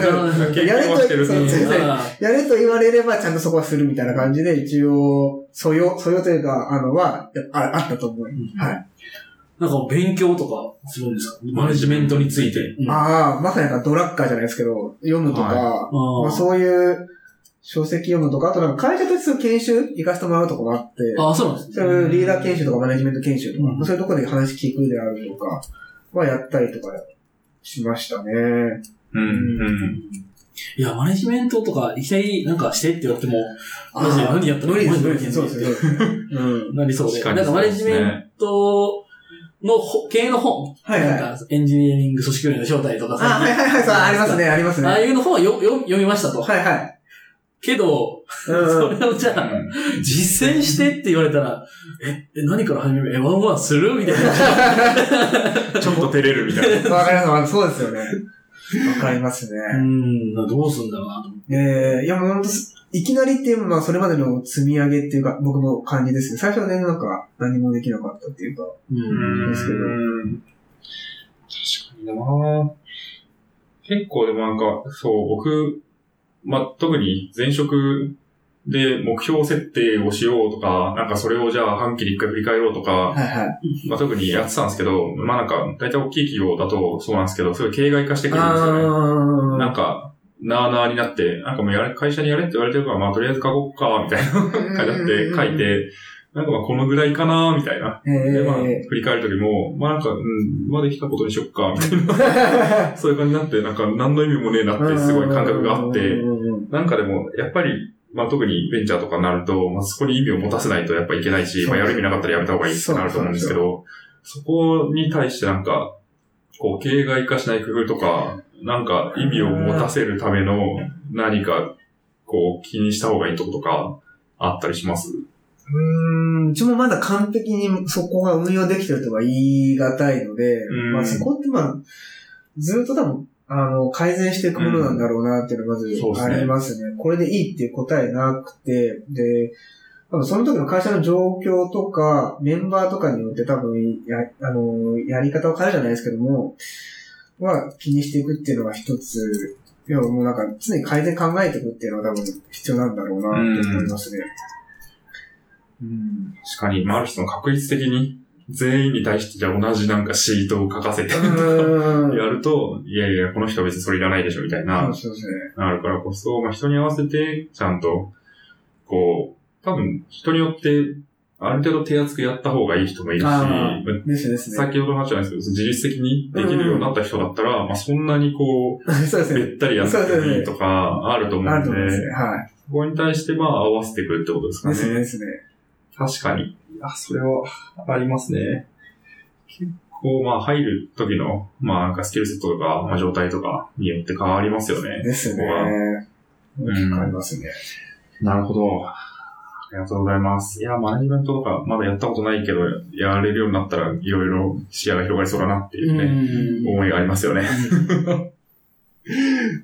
ー。
経験はしてる
やれとそうそう
う
あ
やれと言われれば、ちゃんとそこはするみたいな感じで、一応、素養、素養というか、あの、は、やああったと思う。
ー
はい。
なんか、勉強とかするんですかマネジメントについて。うん
ああ、まさになんかドラッカーじゃないですけど、読むと
あ
か、ま
ー
あ、そういう書籍読むとか、あとなんか会社としての研修行かせてもらうとかもあって、
あー、そうなんです
そういうリーダー研修とかマネジメント研修とか、
うん
そういうところで話聞くであるとかはやったりとかしましたね。
ん、うん。
いや、マネジメントとか、いきなりなんかしてって言われても、マジで何やったの
無理で
マ
す、
ジ
無
無理で
理で。
すす
そうです、そうです。うん。
なりそうで。
確かに
なんかマネジメ
そうです
ントのほ経営の本、
はいはい。あ、
なんかエンジニアリング組織教練の正体とかさ、
はいはいはい、そう、ありますね、ありますね。
ああ
はい
いうの本はよよ読みましたと。
はい。
けど、
うん
そ
うん。
れをじゃあ、実践してって言われたら、え、え何から始めるえ、ワンワンするみたいな。
ちょっと照れるみたいな。
わかりますわかります、そうですよね。わかりますね。
うん、どうすんだろうなと思って。
えー、いやもうほんとす、いきなりっていうのはそれまでの積み上げっていうか、僕も感じですね。最初はね、なんか何もできなかったっていうか。
うん。
ですけど
確かにな結構でもなんか、そう、僕、まあ、特に前職で目標設定をしようとか、なんかそれをじゃあ半期で一回振り返ろうとか、
はいはい。
まあ、特にやってたんですけど、まあ、なんか、大体大きい企業だとそうなんですけど、すごい形骸化してくるんですよね。
ー
なんか、なあなあになって、なんかもうやれ、会社にやれって言われてるから、まあとりあえず書こうか、みたいな、書いてあって、書いて、なんかまあこのぐらいかな、みたいな。
えー、
で、まあ、振り返るときも、まあなんか、うん、まあできたことにしよっか、みたいな。そういう感じになって、なんか何の意味もねえな って、すごい感覚があって、なんかでも、やっぱり、まあ特にベンチャーとかになると、まあそこに意味を持たせないとやっぱいけないし、
そう
まあやる意味なかったらやめた方がいいってなると思うんですけど、そこに対してなんか、こう、形骸化しない工夫とか、なんか意味を持たせるための何か、こう気にした方がいいとことかあったりします
うーん、うちもまだ完璧にそこが運用できてるとは言い難いので、
うん
まあそこってまあ、ずっと多分、あの、改善していくものなんだろうなっていうのがまず
そうですね
ありますね。これでいいっていう答えなくて、で、多分その時の会社の状況とか、メンバーとかによって多分、や、あの、やり方を変えるじゃないですけども、は気にしていくっていうのが一つ、要はもうなんか常に改善考えていくっていうのは多分必要なんだろうなって思いますね。うん
確かに、まあ、ある人の確率的に全員に対してじゃあ同じなんかシートを書かせてとか
う
や
ん。
ると、いやいや、この人は別にそれいらないでしょみたいな、
そうですね。
なるからこそ、まあ、人に合わせて、ちゃんと、こう、多分、人によって、ある程度手厚くやった方がいい人もいるし、
あー
まあ
ですですね。
先ほどの話じゃないですけど、自律的にできるようになった人だったら、まあ、そんなにこ
そうです
う、
ね。
べったりやってもいいとか、あると思
あ
う
ると
ん
思
で
います、ね。は
そこに対して、まあ、合わせてくるってことです
い。
か
で
ね。
すね、ですね。
確かに。あ、それは、ありますね。結構、まあ、入る時の、まあ、なんかスキルセットとか、まあ、状態とかによって変わりますよね。
ですね
ここは。
大きくありますね。
なるほど。ありがとうございます。いや、マネジメントとか、まだやったことないけど、やれるようになったら、いろいろ視野が広がりそうだなっていうね、
う
思いがありますよね。
ん。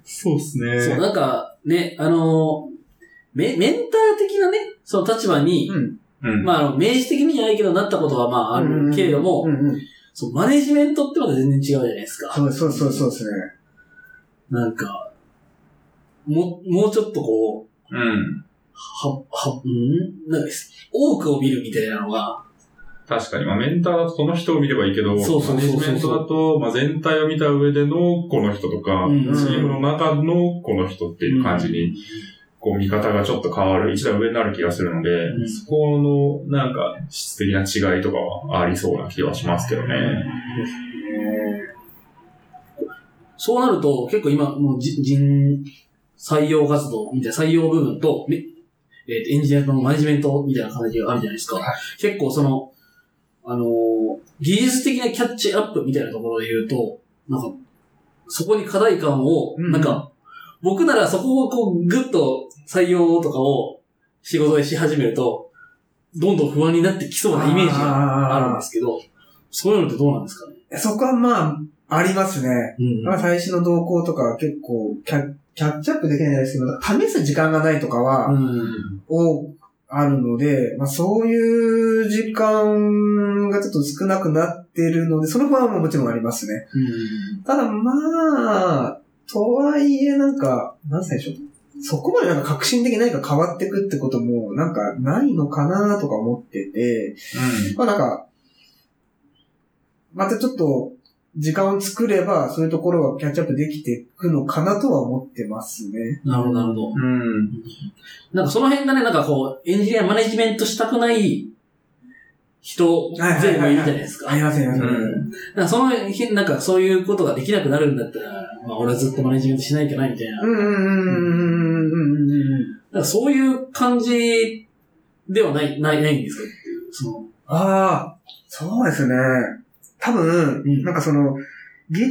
そうですね
そう、なんか、ね、あのーメ、メンター的なね、その立場に、
うん。
うん。
まあ、あの、明示的にはないけど、なったことはまあ、あるけれども、
うんうん。
そう、マネジメントってまた全然違うじゃないですか。
そうそうそうそうですね。
なんか、も、もうちょっとこう、
うん。
は、は、うんなんか、多くを見るみたいなのが、
確かに、まあ、メンターだとその人を見ればいいけど、
そうそうそうそう
マネジメントだと、まあ、全体を見た上でのこの人とか、
うん
チームの中のこの人っていう感じに、こう見方がちょっと変わる、一段上になる気がするので、
ん
そこのなんか質的な違いとかはありそうな気はしますけどね。
そうなると、結構今、もうじ人、採用活動みたいな採用部分と、めえっ、と、エンジニアのマネジメントみたいな形があるじゃないですか。結構その、あのー技術的なキャッチアップみたいなところで言うと、なんか、そこに課題感を、
うん
なんか、僕ならそこをこう、ぐっと採用とかを仕事でし始めると、どんどん不安になってきそうなイメージがあるんですけど、そういうのってどうなんですかね
そこはまあ、ありますね。
うん
まあ、最新の動向とかは結構キャ、キャッチアップできないじゃないですけど、試す時間がないとかは、
うん
多くあるので、まあ、そういう時間がちょっと少なくなってるので、その不安ももちろんありますね。ただまあ、とはいえなんか、なんせでしょう。そこまでなんか革新的に何か変わってくってこともなんかないのかなとか思ってて、まあなんか、またちょっと時間を作ればそういうところはキャッチアップできていくのかなとは思ってますね。
なるほど、なるほど。
うん。うん。
なんかその辺がね、なんかこう、エンジニアマネジメントしたくない人、
はいはい
全部
はいはい
いるじゃないですか。
ありません、ありません。
うん
なんかその辺、なんかそういうことができなくなるんだったら、まあ俺はずっとマネジメントしないゃないみたいな。
うんうんうんうんうんうんうんうん。
なんかそういう感じではない、ない、ないんですかっていう。その、
ああ、そうですね。多分、
うん
なんかその、技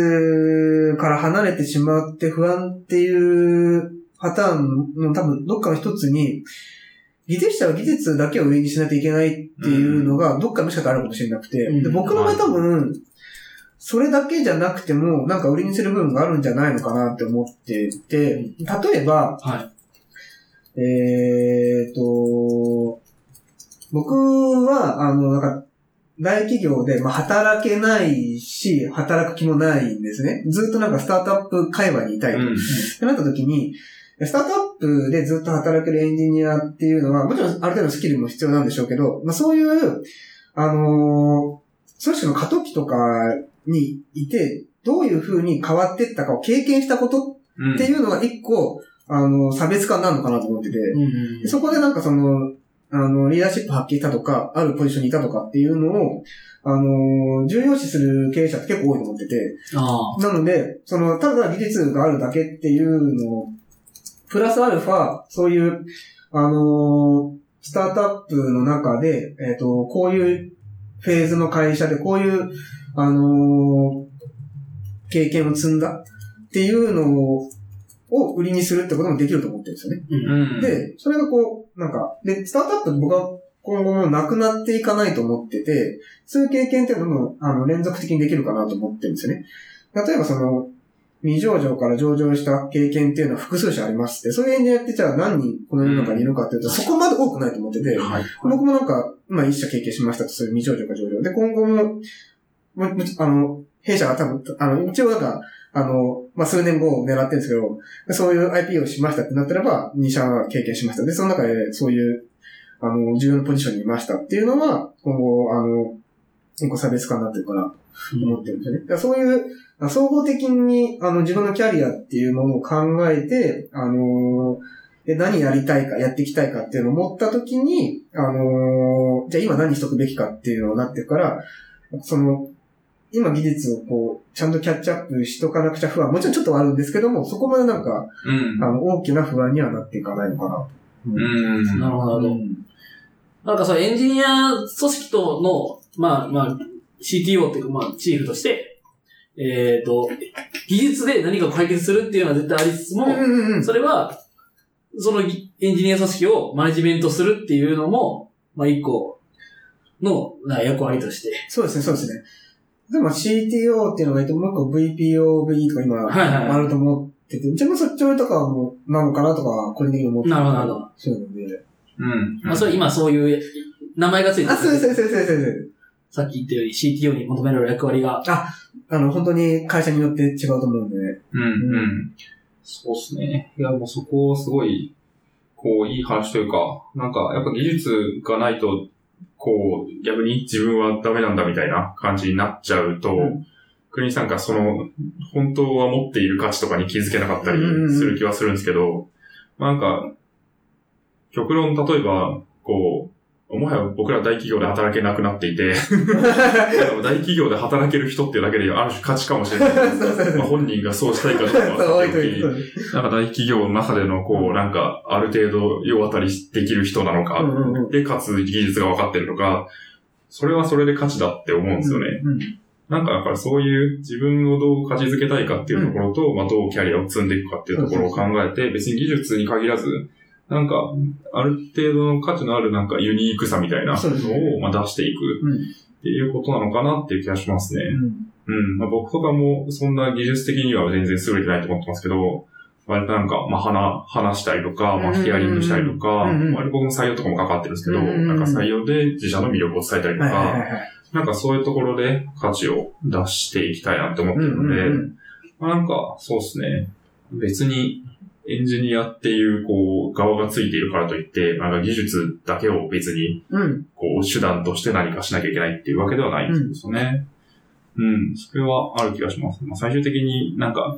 術から離れてしまって不安っていうパターンの多分どっかの一つに、技術者は技術だけを上にしないといけないっていうのがどっかの仕方あるかもしれなくて、
うん
で僕の場合多分、それだけじゃなくても、なんか売りにする部分があるんじゃないのかなって思ってて、例えば、
はい。
えーっと、僕は、あの、なんか、大企業で、まあ、働けないし、働く気もないんですね。ずっとなんかスタートアップ界隈にいたいと。ってなった時に、スタートアップでずっと働けるエンジニアっていうのは、もちろんある程度のスキルも必要なんでしょうけど、まあ、そういう、あのー組織の過渡期とかにいて、どういう風に変わっていったかを経験したこと
うん。
っていうのが一個、あの、差別化になるのかなと思ってて、
うん
でそこでなんかその、あの、リーダーシップ発揮したとか、あるポジションにいたとかっていうのを、あの、重要視する経営者って結構多いと思ってて、
ああ。
なので、その、ただ技術があるだけっていうのを、プラスアルファ、そういう、あの、スタートアップの中で、えっ、と、こういうフェーズの会社で、こういう、あの、経験を積んだっていうのを、を売りにするってこともできると思ってるんですよね。
うん。、
で、それがこう、なんか、で、スタートアップって僕は今後なくなっていかないと思ってて、そういう経験っていうのも、あの、連続的にできるかなと思ってるんですよね。例えばその、未上場から上場した経験っていうのは複数社ありますって、そういうエンジニアってじゃあ何人この世の中にいるかっていうと、そこまで多くないと思ってて、
はい。
僕もなんか、まあ一社経験しましたと、そういう未上場か上場。で、今後も、ももあの、弊社が多分、あの、一応なんか、あの、まあ数年後を狙ってるんですけど、そういう IP をしましたってなったらば、2社は経験しました。で、その中でそういう、あの、重要なポジションにいましたっていうのは、今後、あの、結構差別化になってるから、思ってるんですよね。だからそういう、あ総合的に、あの、自分のキャリアっていうものを考えて、あのーで、何やりたいか、やっていきたいかっていうのを持ったときに、あのーじゃあ今何しとくべきかっていうのになってるから、その、今技術をこう、ちゃんとキャッチアップしとかなくちゃ不安、もちろんちょっとはあるんですけども、そこまでなんか、
うん。
あの、大きな不安にはなっていかないのかな。
うん。
なるほど、なるほど。なんかそのエンジニア組織との、まあまあ、CTO っていうか、まあ、チーフとして、えっ、と、技術で何かを解決するっていうのは絶対ありつつも、
うんうんうん。
それは、そのエンジニア組織をマネジメントするっていうのも、まあ一個のなんか役割として。
そうですね、そうですね。でも CTO っていうのがいて、もう一個 VPOV とか今、
はいはい
あると思ってて、うちもそっちとかはもう、なのかなとか、個人的に思って
なるほどなるほど
そういうので。
うん。
まあそれは今そういう名前がついて
あ、そうです、
る。
そうです、そうですそうです。
さっき言ったように CTO に求められる役割が。
あの、本当に会社によって違うと思うんでね。
うん、うん。そうですね。いや、もうそこすごい、こう、いい話というか、なんか、やっぱ技術がないと、こう、逆に自分はダメなんだみたいな感じになっちゃうと、
うん
国さんがその、本当は持っている価値とかに気づけなかったりする気はするんですけど、まあなんか、極論、例えば、こう、もはや僕ら大企業で働けなくなって いて、でも大企業で働ける人っていうだけである種価値かもしれない。
そうそうそう
まあ、本人がそうしたいかどうか
そう、
は
置
さてお
いと
き
いて。そうです
なんか大企業の中での、こう、なんか、ある程度、世渡りできる人なの
う
か、
んうんうん。
で、かつ技術が分かってるのか、それはそれで価値だって思うんですよね。
うん。
なんか、やっぱりそういう自分をどう価値づけたいかっていうところと、まあ、どうキャリアを積んでいくかっていうところを考えて、別に技術に限らず、なんか、ある程度の価値のあるなんかユニークさみたいな
そうですね
のをまあ出していく
うん
っていうことなのかなっていう気がしますね。
うん
うん。まあ、僕とかも、そんな技術的には全然優れてないと思ってますけど、割となんか、まあ、話、話したりとか、まあ、
うんうんうん
ヒアリングしたりとか、
うんうん
割と僕も採用とかもかかってるんですけど、
うんうんうん
なんか採用で自社の魅力を伝えたりと
はいはい
か、
はいはい。
なんかそういうところで価値を出していきたいなって思って
うん
るの
うんう
で、
ん。
まあ、なんか、そうですね。別に、エンジニアっていう、こう、側がついているからといって、なんか技術だけを別に
うん。
こう、手段として何かしなきゃいけないっていうわけではないんですよね。うん、それはある気がします。まあ、最終的になんか、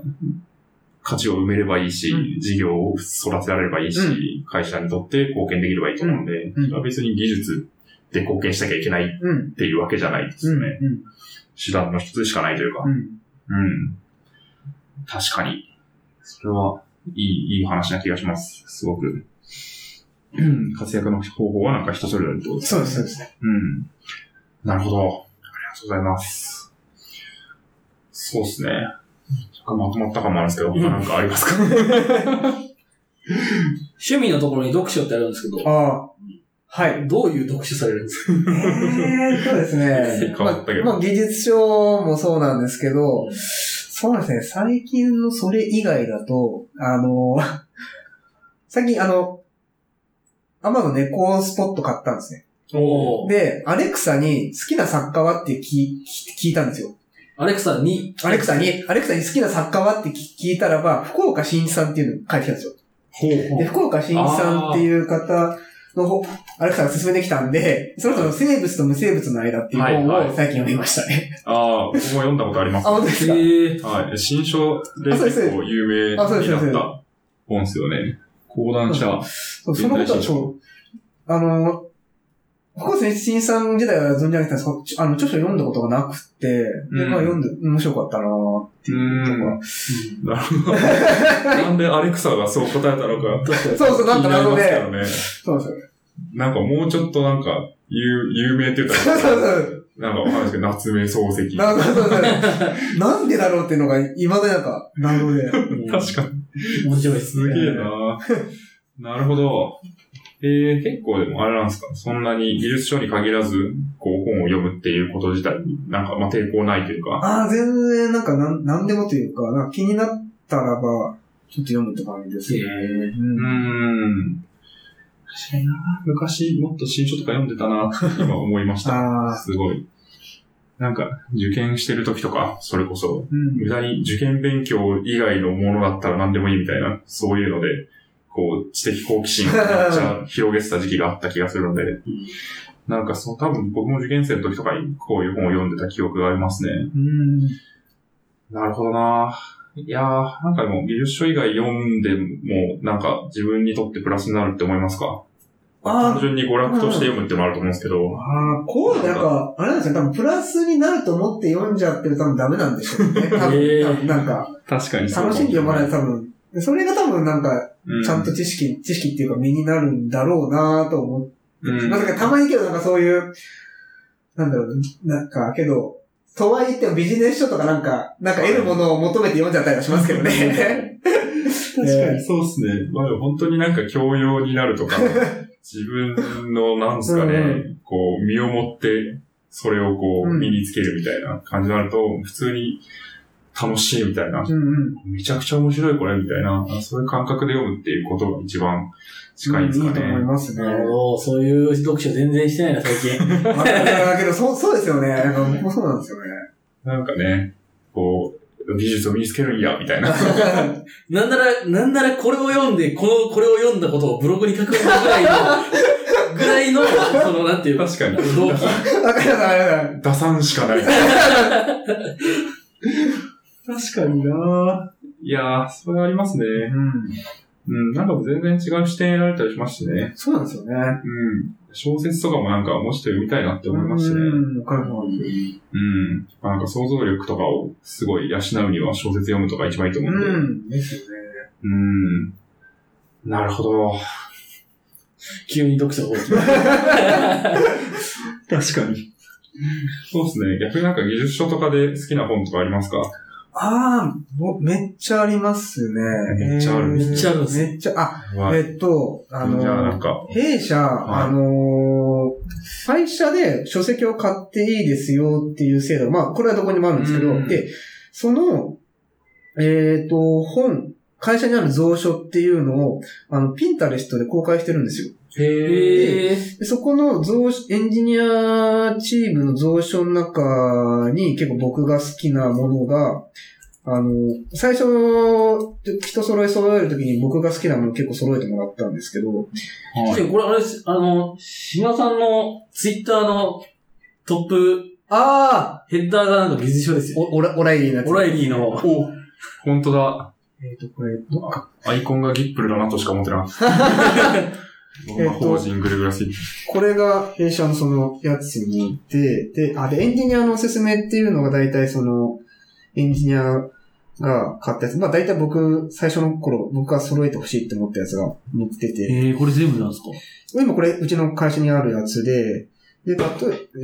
価値を埋めればいいし、
う
事業を育てられればいいし、会社にとって貢献できればいいと思うので、
うん
それは別に技術で貢献しなきゃいけない
うん。
っていうわけじゃないです
う
よ
ん。
ね。
うん。
手段の一つしかないというか。
うん。
うん。確かに。それは、いい、いい話な気がします。すごく。うん活躍の方法はなんか人それぞれってことですね
そうです、そうですね。
うん。なるほど。ありがとうございます。そうですね。若干まとまった感もあるんですけど、
うん
なんかありますか。
趣味のところに読書ってあるんですけど、
ああ。はい。
どういう読書されるんですか
えーっとですね
変わったけど
まあ、まあ、技術書もそうなんですけど、そうですね、最近のそれ以外だと、あの、 最近あの、アマゾン猫スポット買ったんですね。
おー
で、アレクサに好きな作家はって聞聞いたんですよ。
アレクサに、
アレクサに、アレクサに好きな作家はって聞聞いたらば、福岡慎一さんっていうのが書いてきたんですよ。
ほう
で、福岡新一さんっていう方の方、アレクサが進めてきたんで、そろそろ生物と無生物の間っていう本
はいはい
を最近読みましたね。
ああ、僕も読んだことあります。
あ、本当ですか
へえ
はい。新書で
あそうです
結構有名にな
あそうですそうで
っ
す
た本ですよね。講談社。
そう、そのことはそう。あの、福岡先生さん時代は存じ上げてたんですけど、あの、著書読んだことがなくて、で、まあ
うん
読んで面白かったなぁっていうのとか。
なるほど。なんでアレクサがそう答えたのか。
確かに
そうそう、
気
なん
に
か
な
な
り
の
ますけど
で、
ね。
そうですよね。
なんかもうちょっとなんか、有、有名って言っ
そ
た
うそう
ら、
そう。
なんかわかんないですけど、夏目漱 石。
なるほどね。 なんでだろうっていうのが、未だになんか、なるほどね。
確かに。
に。面白いです
す
ね。
げえななるほど。えー、結構でもあれなんですかそんなに技術書に限らず、こう本を読むっていうこと自体に、なんかまあ抵抗ないというか。
ああ、全然、なんかなん、なんでもというか、なんか気になったらば、ちょっと読むって感じですね。
うー
うん
ん。確かにな昔もっと新書とか読んでたなって今思いました。
ああ、
すごい。なんか、受験してる時とか、それこそ、
うん。
無駄に受験勉強以外のものだったら何でもいいみたいな、そういうので、こう、知的好奇心をめっちゃ広げてた時期があった気がするので、なんかそう、多分僕も受験生の時とかにこういう本を読んでた記憶がありますね。
うん。
なるほどないやー、なんかでも技術書以外読んでも、なんか自分にとってプラスになるって思いますか
あー
単純に娯楽として読むってのもあると思うんですけど、
ああ、こういうのなんか、あれなんですよ。多分プラスになると思って読んじゃってると多分ダメなんでしょうね。多分、
へえ
多分なんか、
確かにそうかも
楽しんで読まないと多分。それが多分なんか、
う
ちゃんと知識、知識っていうか身になるんだろうなと思って。
うん
まさかたまにけどなんかそういう、なんだろう、なんか、けど、とはいってもビジネス書とかなんか、なんか得るものを求めて読んじゃったりはしますけ どね。
確かにそうですね。まあでも本当になんか教養になると か、自分のなんですかね、
う
こう身をもってそれをこう
うん
身につけるみたいな感じになると、普通に楽しいみたいな、
うんうん。
めちゃくちゃ面白いこれみたいな、そういう感覚で読むっていうことが一番近いんですか
うんいいと
ね。
思いますね。
なるほど。そういう読書全然してないな、最近。
まあだけど、そう、そうですよね。なんか僕もそうなんで すよね。
なんかね、こう、技術を身につけるんや、みた いな。
なんなら、なんならこれを読んで、この、これを読んだことをブログに書くぐらいの、 ぐらいの、その、なんていうか、
確かに。
動機。
わかります、わかります。
打算しかない。確かにないやー、それありますね。
うん。
うん、なんかもう全然違う視点得られたりしますしね。
そうなんですよね。
うん。小説とかもなんかもうちょっと読みたいなって思いますしね。
うん、わかるわかる
うん。まあなんか想像力とかをすごい養うには小説読むとか一番いいと思うんで。
うん。ですよね。
うん。なるほど。
急に読書が大きい。
確かに。そうですね。逆になんか技術書とかで好きな本とかありますか
ああ、ぼめっちゃありますね。
めっちゃある
えー
めっちゃあるんです
めっちゃ、あ、
はい。
えっと、あ
じゃあな
の
ん、か、
弊社、
い
あのー、会社で書籍を買っていいですよっていう制度、まあ、これはどこにもあるんですけ
う
ど、
ん
で、その、えっ、と、本、会社にある蔵書っていうのを、あの、ピンタレストで公開してるんですよ。
へー。
へー
でそこの蔵書、エンジニアチームの蔵書の中に結構僕が好きなものが、あの、最初、人揃え揃えるときに僕が好きなもの結構揃えてもらったんですけど、
はい
でもこれあれです、あの、島さんのツイッターのトップ
ああ
ヘッダーがなんか水書ですよ。
お、おら、おらいりなやつ
オライリーの、
お、本当だ。
えっ、と、これ、どっか。
アイコンがギップルだなとしか思ってなかった。僕が法人グルグラスイッチ。
これが弊社のそのやつにいて、で、あ、で、エンジニアのおすすめっていうのが大体その、エンジニアが買ったやつ。まあ大体僕、最初の頃、僕が揃えてほしいって思ったやつが載ってて、
えー、これ全部なんですか
今これ、うちの会社にあるやつで、で、例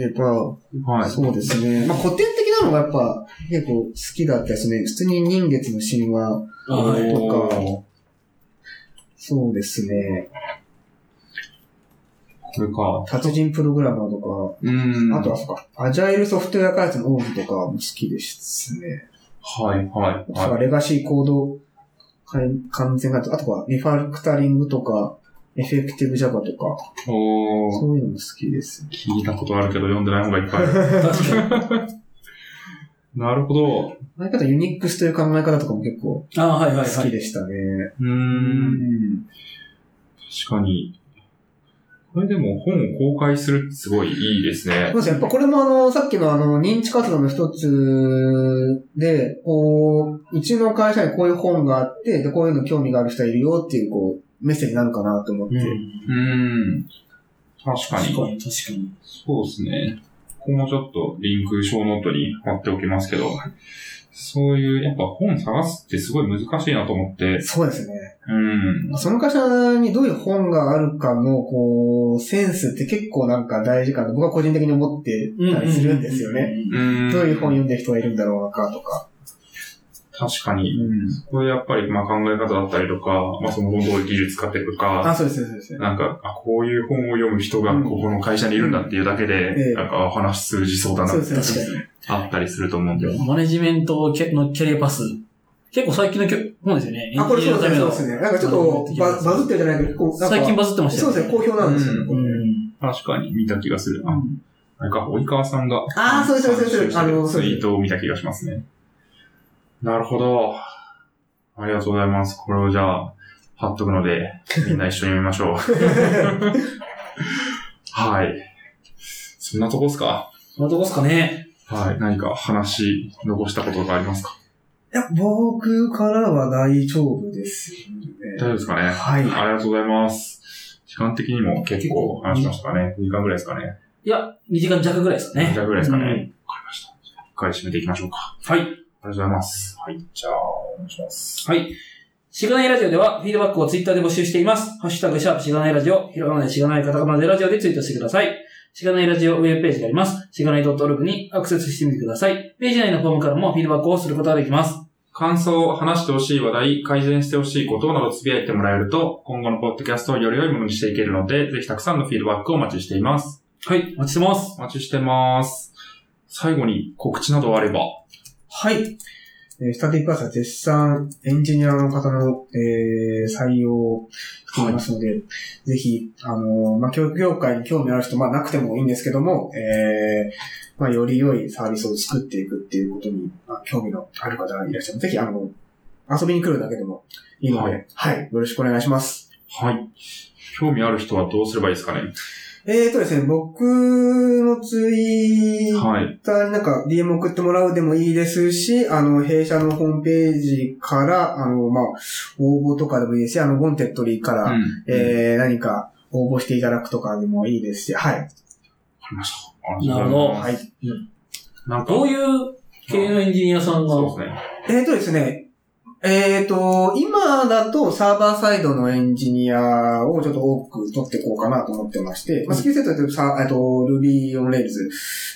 えば、
はい。
そうですね。まあ、古典的なのがやっぱ、結構好きだったですね。普通に人月の神話、
あー
お
そうですね。
ーこれか。
達人プログラマーと
うん。
か、あとは、そうか、アジャイルソフトウェア開発の王義とかも好きですね。
はい、はい、
あとは、
は
レガシーコード完完全化と、あとは、リファクタリングとか、エフェクティブ Java とか、
い。おー
そういうのも好きですね。
聞いたことあるけど読んでない本がいっぱいある。
確かに。
なるほど。
あり方、ユニックスという考え方とかも結構
ああ、はいはい
好
は
き
い。
でしたね。
うーん。確かに。これでも本を公開するってすごいいいですね
そう。ですねやっぱこれもあの、さっきのあの、認知活動の一つで、こう、うちの会社にこういう本があって、で、こういうの興味がある人はいるよっていう、こう、メッセージになるかなと思って。
うーん。確か
確
に。
かに、確かに。
そうですね。ここもちょっとリンク、小ノートに貼っておきますけど、そういう、やっぱ本探すってすごい難しいなと思って、
そうですね。
うん。
その会社にどういう本があるかの、こう、センスって結構なんか大事かな。僕は個人的に思ってたりするんですよね。。
うん。
どういう本読んでる人がいるんだろうなかとか。
確かに。
うん。
これやっぱりまあ考え方だったりとか、まあその本通り技術使ってるとか、
あ、そうです、そうです。そうです
なんか、あ、こういう本を読む人がここの会社にいるんだっていうだけで、
ええ
なんか、あ話通じそうだな
そう
っ
で
て
す、確かに。
あったりすると思うんだよ。
マネジメントキャのキャリアパス。結構最近のキャ本ですよね。
あ、これそうですね、そうです
ね。
ね。なんかちょっとババズってるじゃないけど、こう、なんか
最近バズってました
そうですね、好評なんですよね。こ
う
れ
ん。
確かに見た気がする。あ、なんか、及川さんが、
あーそうですそうですそうです
あ
あ
の、
の
ツ
そうです
イートを見た気がしますね。なるほど。ありがとうございます。これをじゃあ、貼っとくので、みんな一緒に見まし ょう。はい。そんなとこですか
そんなとこっすかね。
はい。何か話、残したことがありますか
いや、僕からは大丈夫ですよ
大丈夫
ね。
ですかね
はい。
ありがとうございます。時間的にも結構話しましたかね。2時間ぐらいですかね。
いや、2時間弱ぐらいですか
2時
ね。
間ぐらいですかね。わ
うん
かりました。じゃあ一回締めていきましょうか。あ
はい。
りがとうございます。はい。じゃあ、お願いします。
はい。しがないラジオでは、フィードバックをツイッターで募集しています。ハッシュタグ、シャープしがないラジオ、ひらがなでしがないカタカナでラジオでツイートしてください。しがないラジオウェブページがあります。しがない .org にアクセスしてみてください。ページ内のフォームからもフィードバックをすることができます。
感想を話してほしい話題、改善してほしいことなどつぶやいてもらえると、今後のポッドキャストをより良いものにしていけるので、ぜひたくさんのフィードバックをお待ちしています。
はい、お待ちしてます。
お待ちしてます。最後に告知などあれば。
はい。えースタディプラスは絶賛エンジニアの方の、えー採用をしていますので、ぜひ、あのーまあ、教育業界に興味ある人、まあ、なくてもいいんですけども、えーまあ、より良いサービスを作っていくっていうことに、まあ、興味のある方がいらっしゃいます。ぜひ、あの、遊びに来るだけでもいいので、
は
はい、よろしくお願いします。
はい。興味ある人はどうすればいいですかね。
えーとですね、僕のツイッ
はい。
ターになんか DM 送ってもらうでもいいですし、あの、弊社のホームページから、あの、まあ、応募とかでもいいですし、あの、ゴンテッドリーか
う
ら、
ん。わ
えー、何か応募していただくとかでもいいですし、はい。
かりました。ありがとうございます
はい。
なんか、
どういう系のエンジニアさんが、
そうですね。
えーとですね、えーと、今だとサーバーサイドのエンジニアをちょっと多く取っていこうかなと思ってまして、まあ、スキルセットだとさ、えーと、Ruby on Rails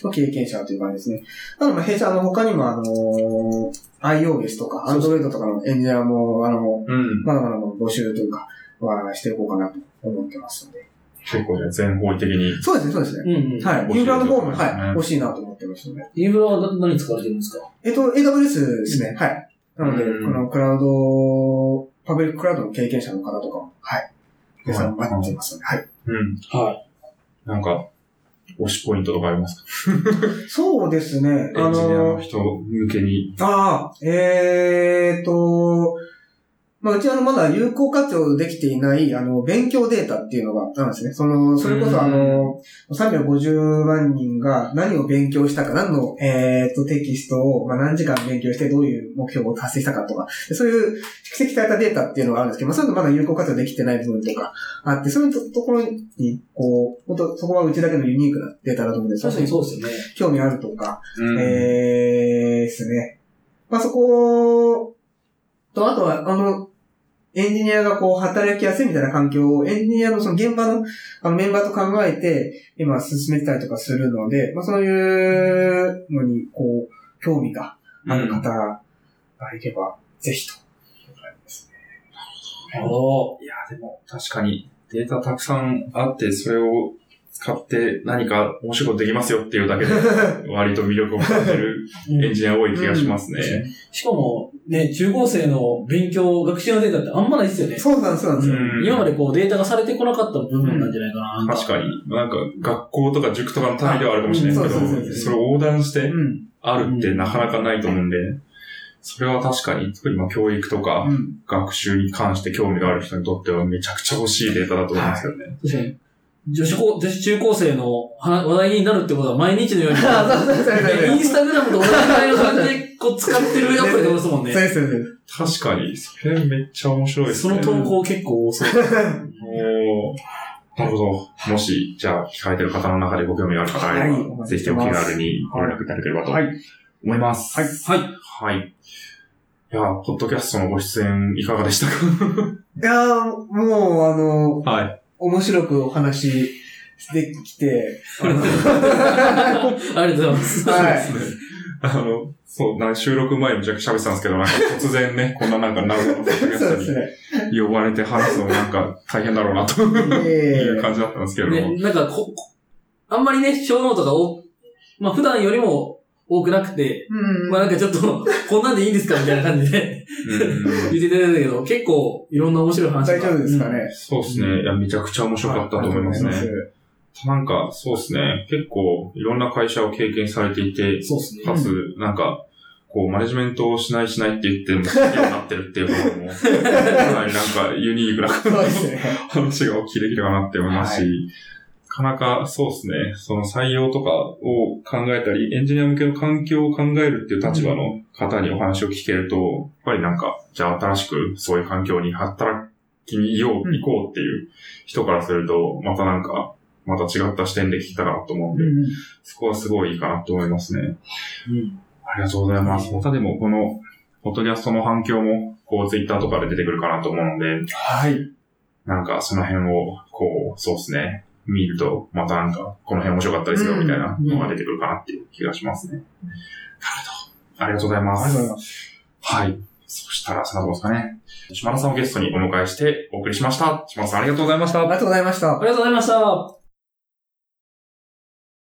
の経験者という感じですね。なので、まあ弊社あの他にもあのー、iOS とか Android とかのエンジニアも、あの、
うん。
まだまだの募集というか、はしていこうかなと思ってますので。
結構ね、全方位的に。
そうですね、そうですね。
うんうん。
はい。インフラの方
募
も、
集ということですね
はい、欲しいなと思ってますので。
インフラは何使われてるんですか
えっと、AWS ですね。はい。なので、
うん
このクラウド、パブリッククラウドの経験者の方とかも、はい。皆さん待ってますので、はい。
うん。
はい。
なんか、推しポイントとかありますか
そうですね。
エ
あ
ンジニアの
の、
人向けに。
ああ、えーっと、まあ、うちはあのまだ有効活用できていない、あの、勉強データっていうのがあるんですね。その、それこ
うん
そあの、350万人が何を勉強したか、何の、えーっと、テキストを、まあ、何時間勉強してどういう目標を達成したかとか、でそういう蓄積されたデータっていうのがあるんですけど、まあ、そういうのまだ有効活用できてない部分とかあって、そういうとところに、こう、本当そこはうちだけのユニークなデータだと思うんです
確かにそうですよね。
興味あるとか、
うん
えーですね。まあ、そこと、あとは、あの、エンジニアがこう、働きやすいみたいな環境を、エンジニアのその現場のあのメンバーと考えて、今進めてたりとかするので、まあ、そういうのに、こう、興味がある方がいれば、ぜひと。
なるほど
いや、でも確かにデータたくさんあって、それを使って何か面白いことできますよっていうだけ で、割と魅力を感じる
うん
エンジニア多い気がし ますね。
しかも、ね、中高生の勉強、学習のデータってあんまないですよね。
そうなんです、そうなんですよ。
うん
今までこうデータがされてこなかった部分なんじゃないかな。
確かに、なんか学校とか塾とかの単位ではあるかもしれないです
うんそうそ
け
うそう
ど、
そう
それを横断して
うん。
あるってなかなかないと思うんで、それは確かに、特にまあ教育とか
うん。
学習に関して興味がある人にとってはめちゃくちゃ欲しいデータだと思うんですよね。
確かに。女子高、女子中高生の話話題になるってことは毎日の ように。
あそう そうそう
でインスタグラムと同じぐらいの感じでこう使ってるアプリってことですもん
そう
ね。
です、そうです。
確かに、それめっちゃ面白いです
そ
ね。
の投稿結構多そう。
おなるほど。もし、じゃあ、聞かれてる方の中でご興味がある方がいれば、
はい
ぜひとも気軽にご連絡いただければと
はい。
思います。はい。はい。はい。いやー、ポッドキャストのご出演いかがでしたか
いやーもう、あの、
はい。
面白くお話でき て、あの
ありがとうございます。
はい
そうですね。あの、そう、なんか収録前にめちゃくちゃ喋ってたんですけど、なんか突然 ね、こんななんか、なんか、ポッドキャ
そう
ス
で
ト
す
に
ね。
呼ばれて話すのもなんか大変だろうなと
え
いう
え
感じだったんですけれども。
ね、なんかこ、こあんまりね、小ノートが多、まあ普段よりも多くなくて、
うん
まあなんかちょっと、 こんなんでいいんですかみたいな感じで
うん
言っていただいたけど、結構いろんな面白い話が
大丈夫ですかね。
そうですね。いや、めちゃくちゃ面白かったと思います
ありがと
ね。
うござい
なんか、そうですね。結構、いろんな会社を経験されてい
う
て
ん、そうですね。
かつ、なんか、こう、マネジメントをしないしないって言っても、好きになってるっていうことも、かなりなんか、ユニークな
ますそう ですね。
話がお聞きできるかなって思いますし、なかなかそうですね、その採用とかを考えたり、エンジニア向けの環境を考えるっていう立場の方にお話を聞けると、やっぱりなんか、じゃあ新しくそういう環境に働きにいよう、行こうっていう人からすると、またなんか、また違った視点で聞けたかなと思うんで、そこはすごいいいかなと思いますね。
うん
ありがとうございます。またでもこの、ポッドキャストの反響も、こう、ツイッターとかで出てくるかなと思うので、
はい。
なんかその辺を、こう、そうですね。見ると、またなんか、この辺面白かったですよ、
うん
みたいなのが出てくるかなっていう気がしますね。なるほど。ありがとうございま
ありがとうござい
す。
ます。
はい。そしたら、そんなとこですかね。島田さんをゲストにお迎えしてお送りしました。島田さんありがとうございました
あり。がとうございまし
あ。り
た
がとうございました。